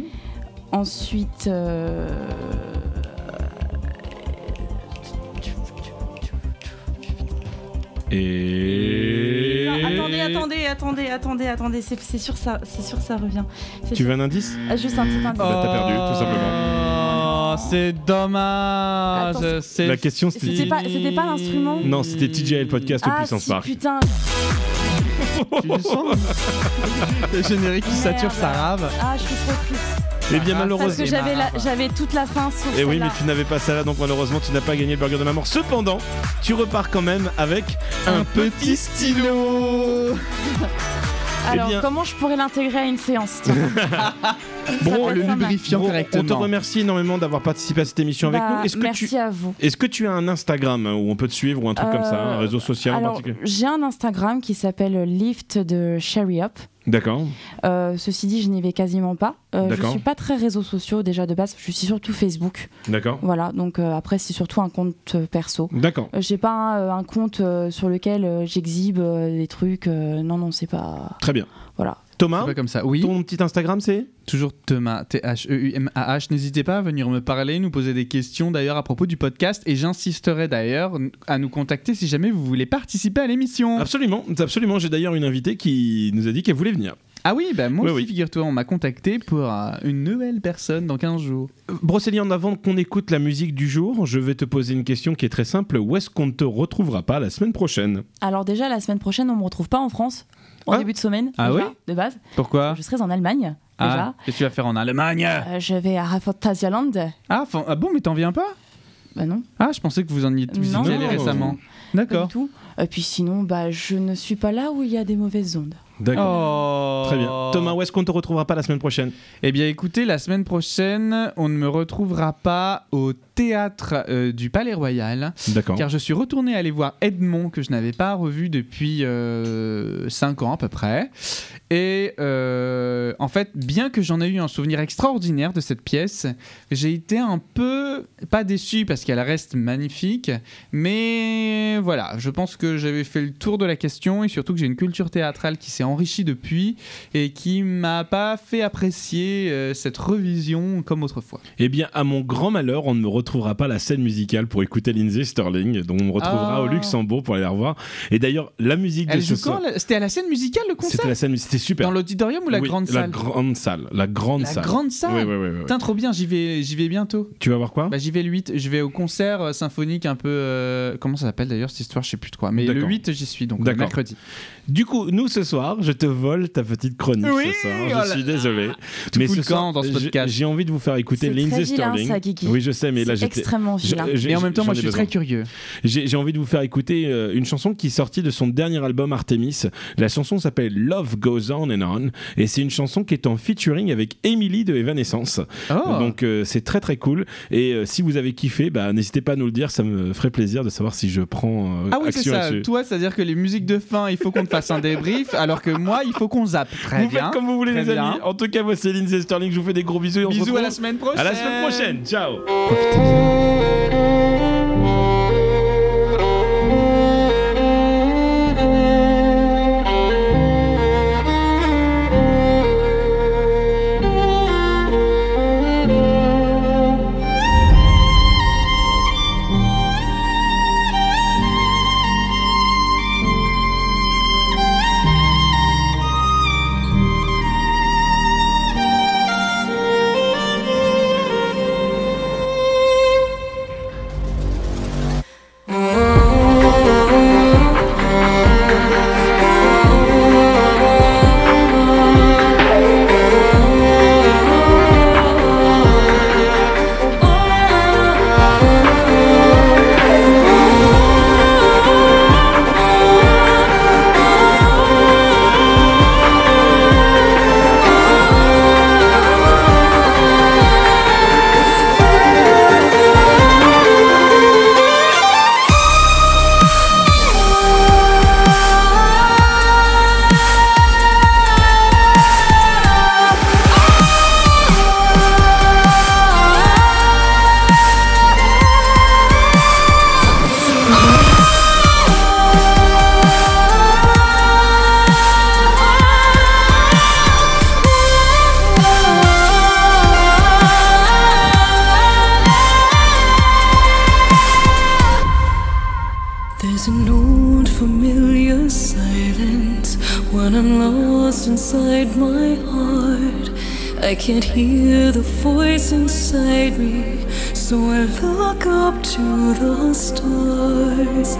Ensuite. euh,
Et...
Non, attendez, attendez, attendez, attendez, attendez, c'est c'est sûr ça, c'est sûr ça revient. C'est
Tu
sûr-
veux un indice
Ah, Juste un petit indice.
Bah, t'as perdu, tout
simplement. Oh. C'est dommage.
Attends,
c'est
La question
c'était
c'était...
pas- c'était pas l'instrument
Non, c'était TJL Podcast au
ah,
Puissance
si,
Park.
putain,
Tu le sens Le générique qui sature
Merde.
sa rave.
ah, je suis trop triste.
Eh bien,
Parce que
malheureusement.
Des
j'avais la-
marins.
j'avais toute la fin sur
Et Eh oui,
celle-là.
mais tu n'avais pas ça là, donc malheureusement, tu n'as pas gagné le burger de ma mort. Cependant, tu repars quand même avec un, petit stylo.
Alors,
bien-
comment je pourrais l'intégrer à une séance tiens
Bon,
Ça
le
va.
Bro,
lubrifiant
on te remercie énormément d'avoir participé à cette émission avec
Bah,
nous. Est-ce que
Merci
tu
à vous.
est-ce que tu as un Instagram hein, où on peut te suivre ou un truc comme ça, un
Euh,
réseau social en
Alors,
particulier
j'ai un Instagram qui s'appelle Lift de Sherry Up.
D'accord.
Euh, ceci dit, je n'y vais quasiment pas. Euh, je
D'accord.
suis pas très réseaux sociaux déjà de base. Je suis surtout Facebook.
D'accord.
Voilà. Donc euh, après, c'est surtout un compte euh, perso.
D'accord.
Euh, J'ai pas un, euh, un compte euh, sur lequel euh, j'exhibe euh, des trucs. euh, non, non, c'est pas.
Très bien.
Voilà.
Thomas,
pas comme ça. Oui,
ton petit Instagram c'est
toujours Thomas, E T-H-E-U-M-A-H. N'hésitez pas à venir me parler, nous poser des questions d'ailleurs à propos du podcast. Et j'insisterai d'ailleurs à nous contacter si jamais vous voulez participer à
Mmh.
l'émission.
Absolument, absolument. J'ai d'ailleurs une invitée qui nous a dit qu'elle voulait venir.
Ah oui, bah moi
Oui,
aussi,
oui.
figure-toi, on m'a contacté pour euh, une nouvelle personne dans 15 jours.
Brocéliande, Euh, avant qu'on écoute la musique du jour, je vais te poser une question qui est très simple. Où est-ce qu'on ne te retrouvera pas la semaine prochaine
Alors déjà, la semaine prochaine, on me retrouve pas en France. En
Ah.
début de semaine,
Ah
déjà,
oui
de base,
Pourquoi
je serai en Allemagne
Ah, qu'est-ce que tu vas faire en Allemagne
déjà. Euh, je vais à Raffantasialand.
ah, fin- ah bon, mais t'en viens pas
Bah non,
Ah, je pensais que vous en y, vous y
Non.
étiez allé
Non.
récemment.
pas du
D'accord.
tout. Et puis sinon, bah je ne suis pas là où il y a des mauvaises ondes.
D'accord.
Oh.
Très bien. Thomas, où est-ce qu'on ne te retrouvera pas la semaine prochaine
Eh bien, écoutez, la semaine prochaine, on ne me retrouvera pas au théâtre euh, du Palais Royal,
D'accord.
car je suis retourné aller voir Edmond, que je n'avais pas revu depuis 5 ans à peu près. Et euh, en fait, bien que j'en ai eu un souvenir extraordinaire de cette pièce, j'ai été un peu, pas déçu, parce qu'elle reste magnifique, mais voilà, je pense que j'avais fait le tour de la question, et surtout que j'ai une culture théâtrale qui s'est enrichie depuis, et qui m'a pas fait apprécier euh, cette revision comme autrefois.
Eh bien, à mon grand malheur, on ne me retrouvera pas à la scène musicale pour écouter Lindsay Sterling, dont on me retrouvera
Ah.
au Luxembourg pour aller la revoir. Et d'ailleurs, la musique
Elle
de ce
joue
soir.
quand la- C'était à la scène musicale le concert
C'était la scène, musicale, c'était super.
Dans l'auditorium ou la
Oui,
grande
La
salle
grande salle. La grande
La
salle.
grande salle
Oui, oui, oui, oui, oui.
Putain, trop bien, j'y vais, j'y vais bientôt.
Tu vas voir quoi
Bah, j'y vais le 8, je vais au concert euh, symphonique un peu. euh, comment ça s'appelle d'ailleurs cette histoire Je sais plus de quoi. Mais le
D'accord.
8, j'y suis donc le
D'accord.
mercredi.
Du coup, nous ce soir, je te vole ta petite chronique.
Oui,
ce soir.
oh
Je
là
suis
là.
désolé.
Tout fout le camp dans ce
j'ai-
podcast.
j'ai envie de vous faire écouter
C'est très
Lindsay
vilain,
Sterling.
ça, Guigui.
Oui, je sais, mais là
C'est
j'étais.
extrêmement vilain.
j'ai-
Et en même temps,
j'en
moi
ai
je suis
besoin.
très curieux.
J'ai j'ai envie de vous faire écouter euh, une chanson qui est sortie de son dernier album Artemis. La chanson s'appelle Love Goes On and On et c'est une chanson qui est en featuring avec Emily de Evanescence.
Oh
Donc euh, c'est très très cool et euh, si vous avez kiffé, bah, n'hésitez pas à nous le dire, ça me ferait plaisir de savoir si je prends euh,
Ah oui, c'est
action
ça.
là-dessus.
Toi, c'est-à-dire que les musiques de fin, il faut qu'on te fasse un débrief, alors que moi, il faut qu'on zappe. Très
Vous
bien.
faites comme vous voulez
très
les amis.
bien.
En tout cas, moi c'est Lindsay Sterling, je vous fais des gros bisous et on se
Bisous
retrouve
à la semaine prochaine.
à la semaine prochaine. Ciao.
There's an old familiar silence when I'm lost inside my heart. I can't hear the voice inside me, so I look up Oh, to the stars.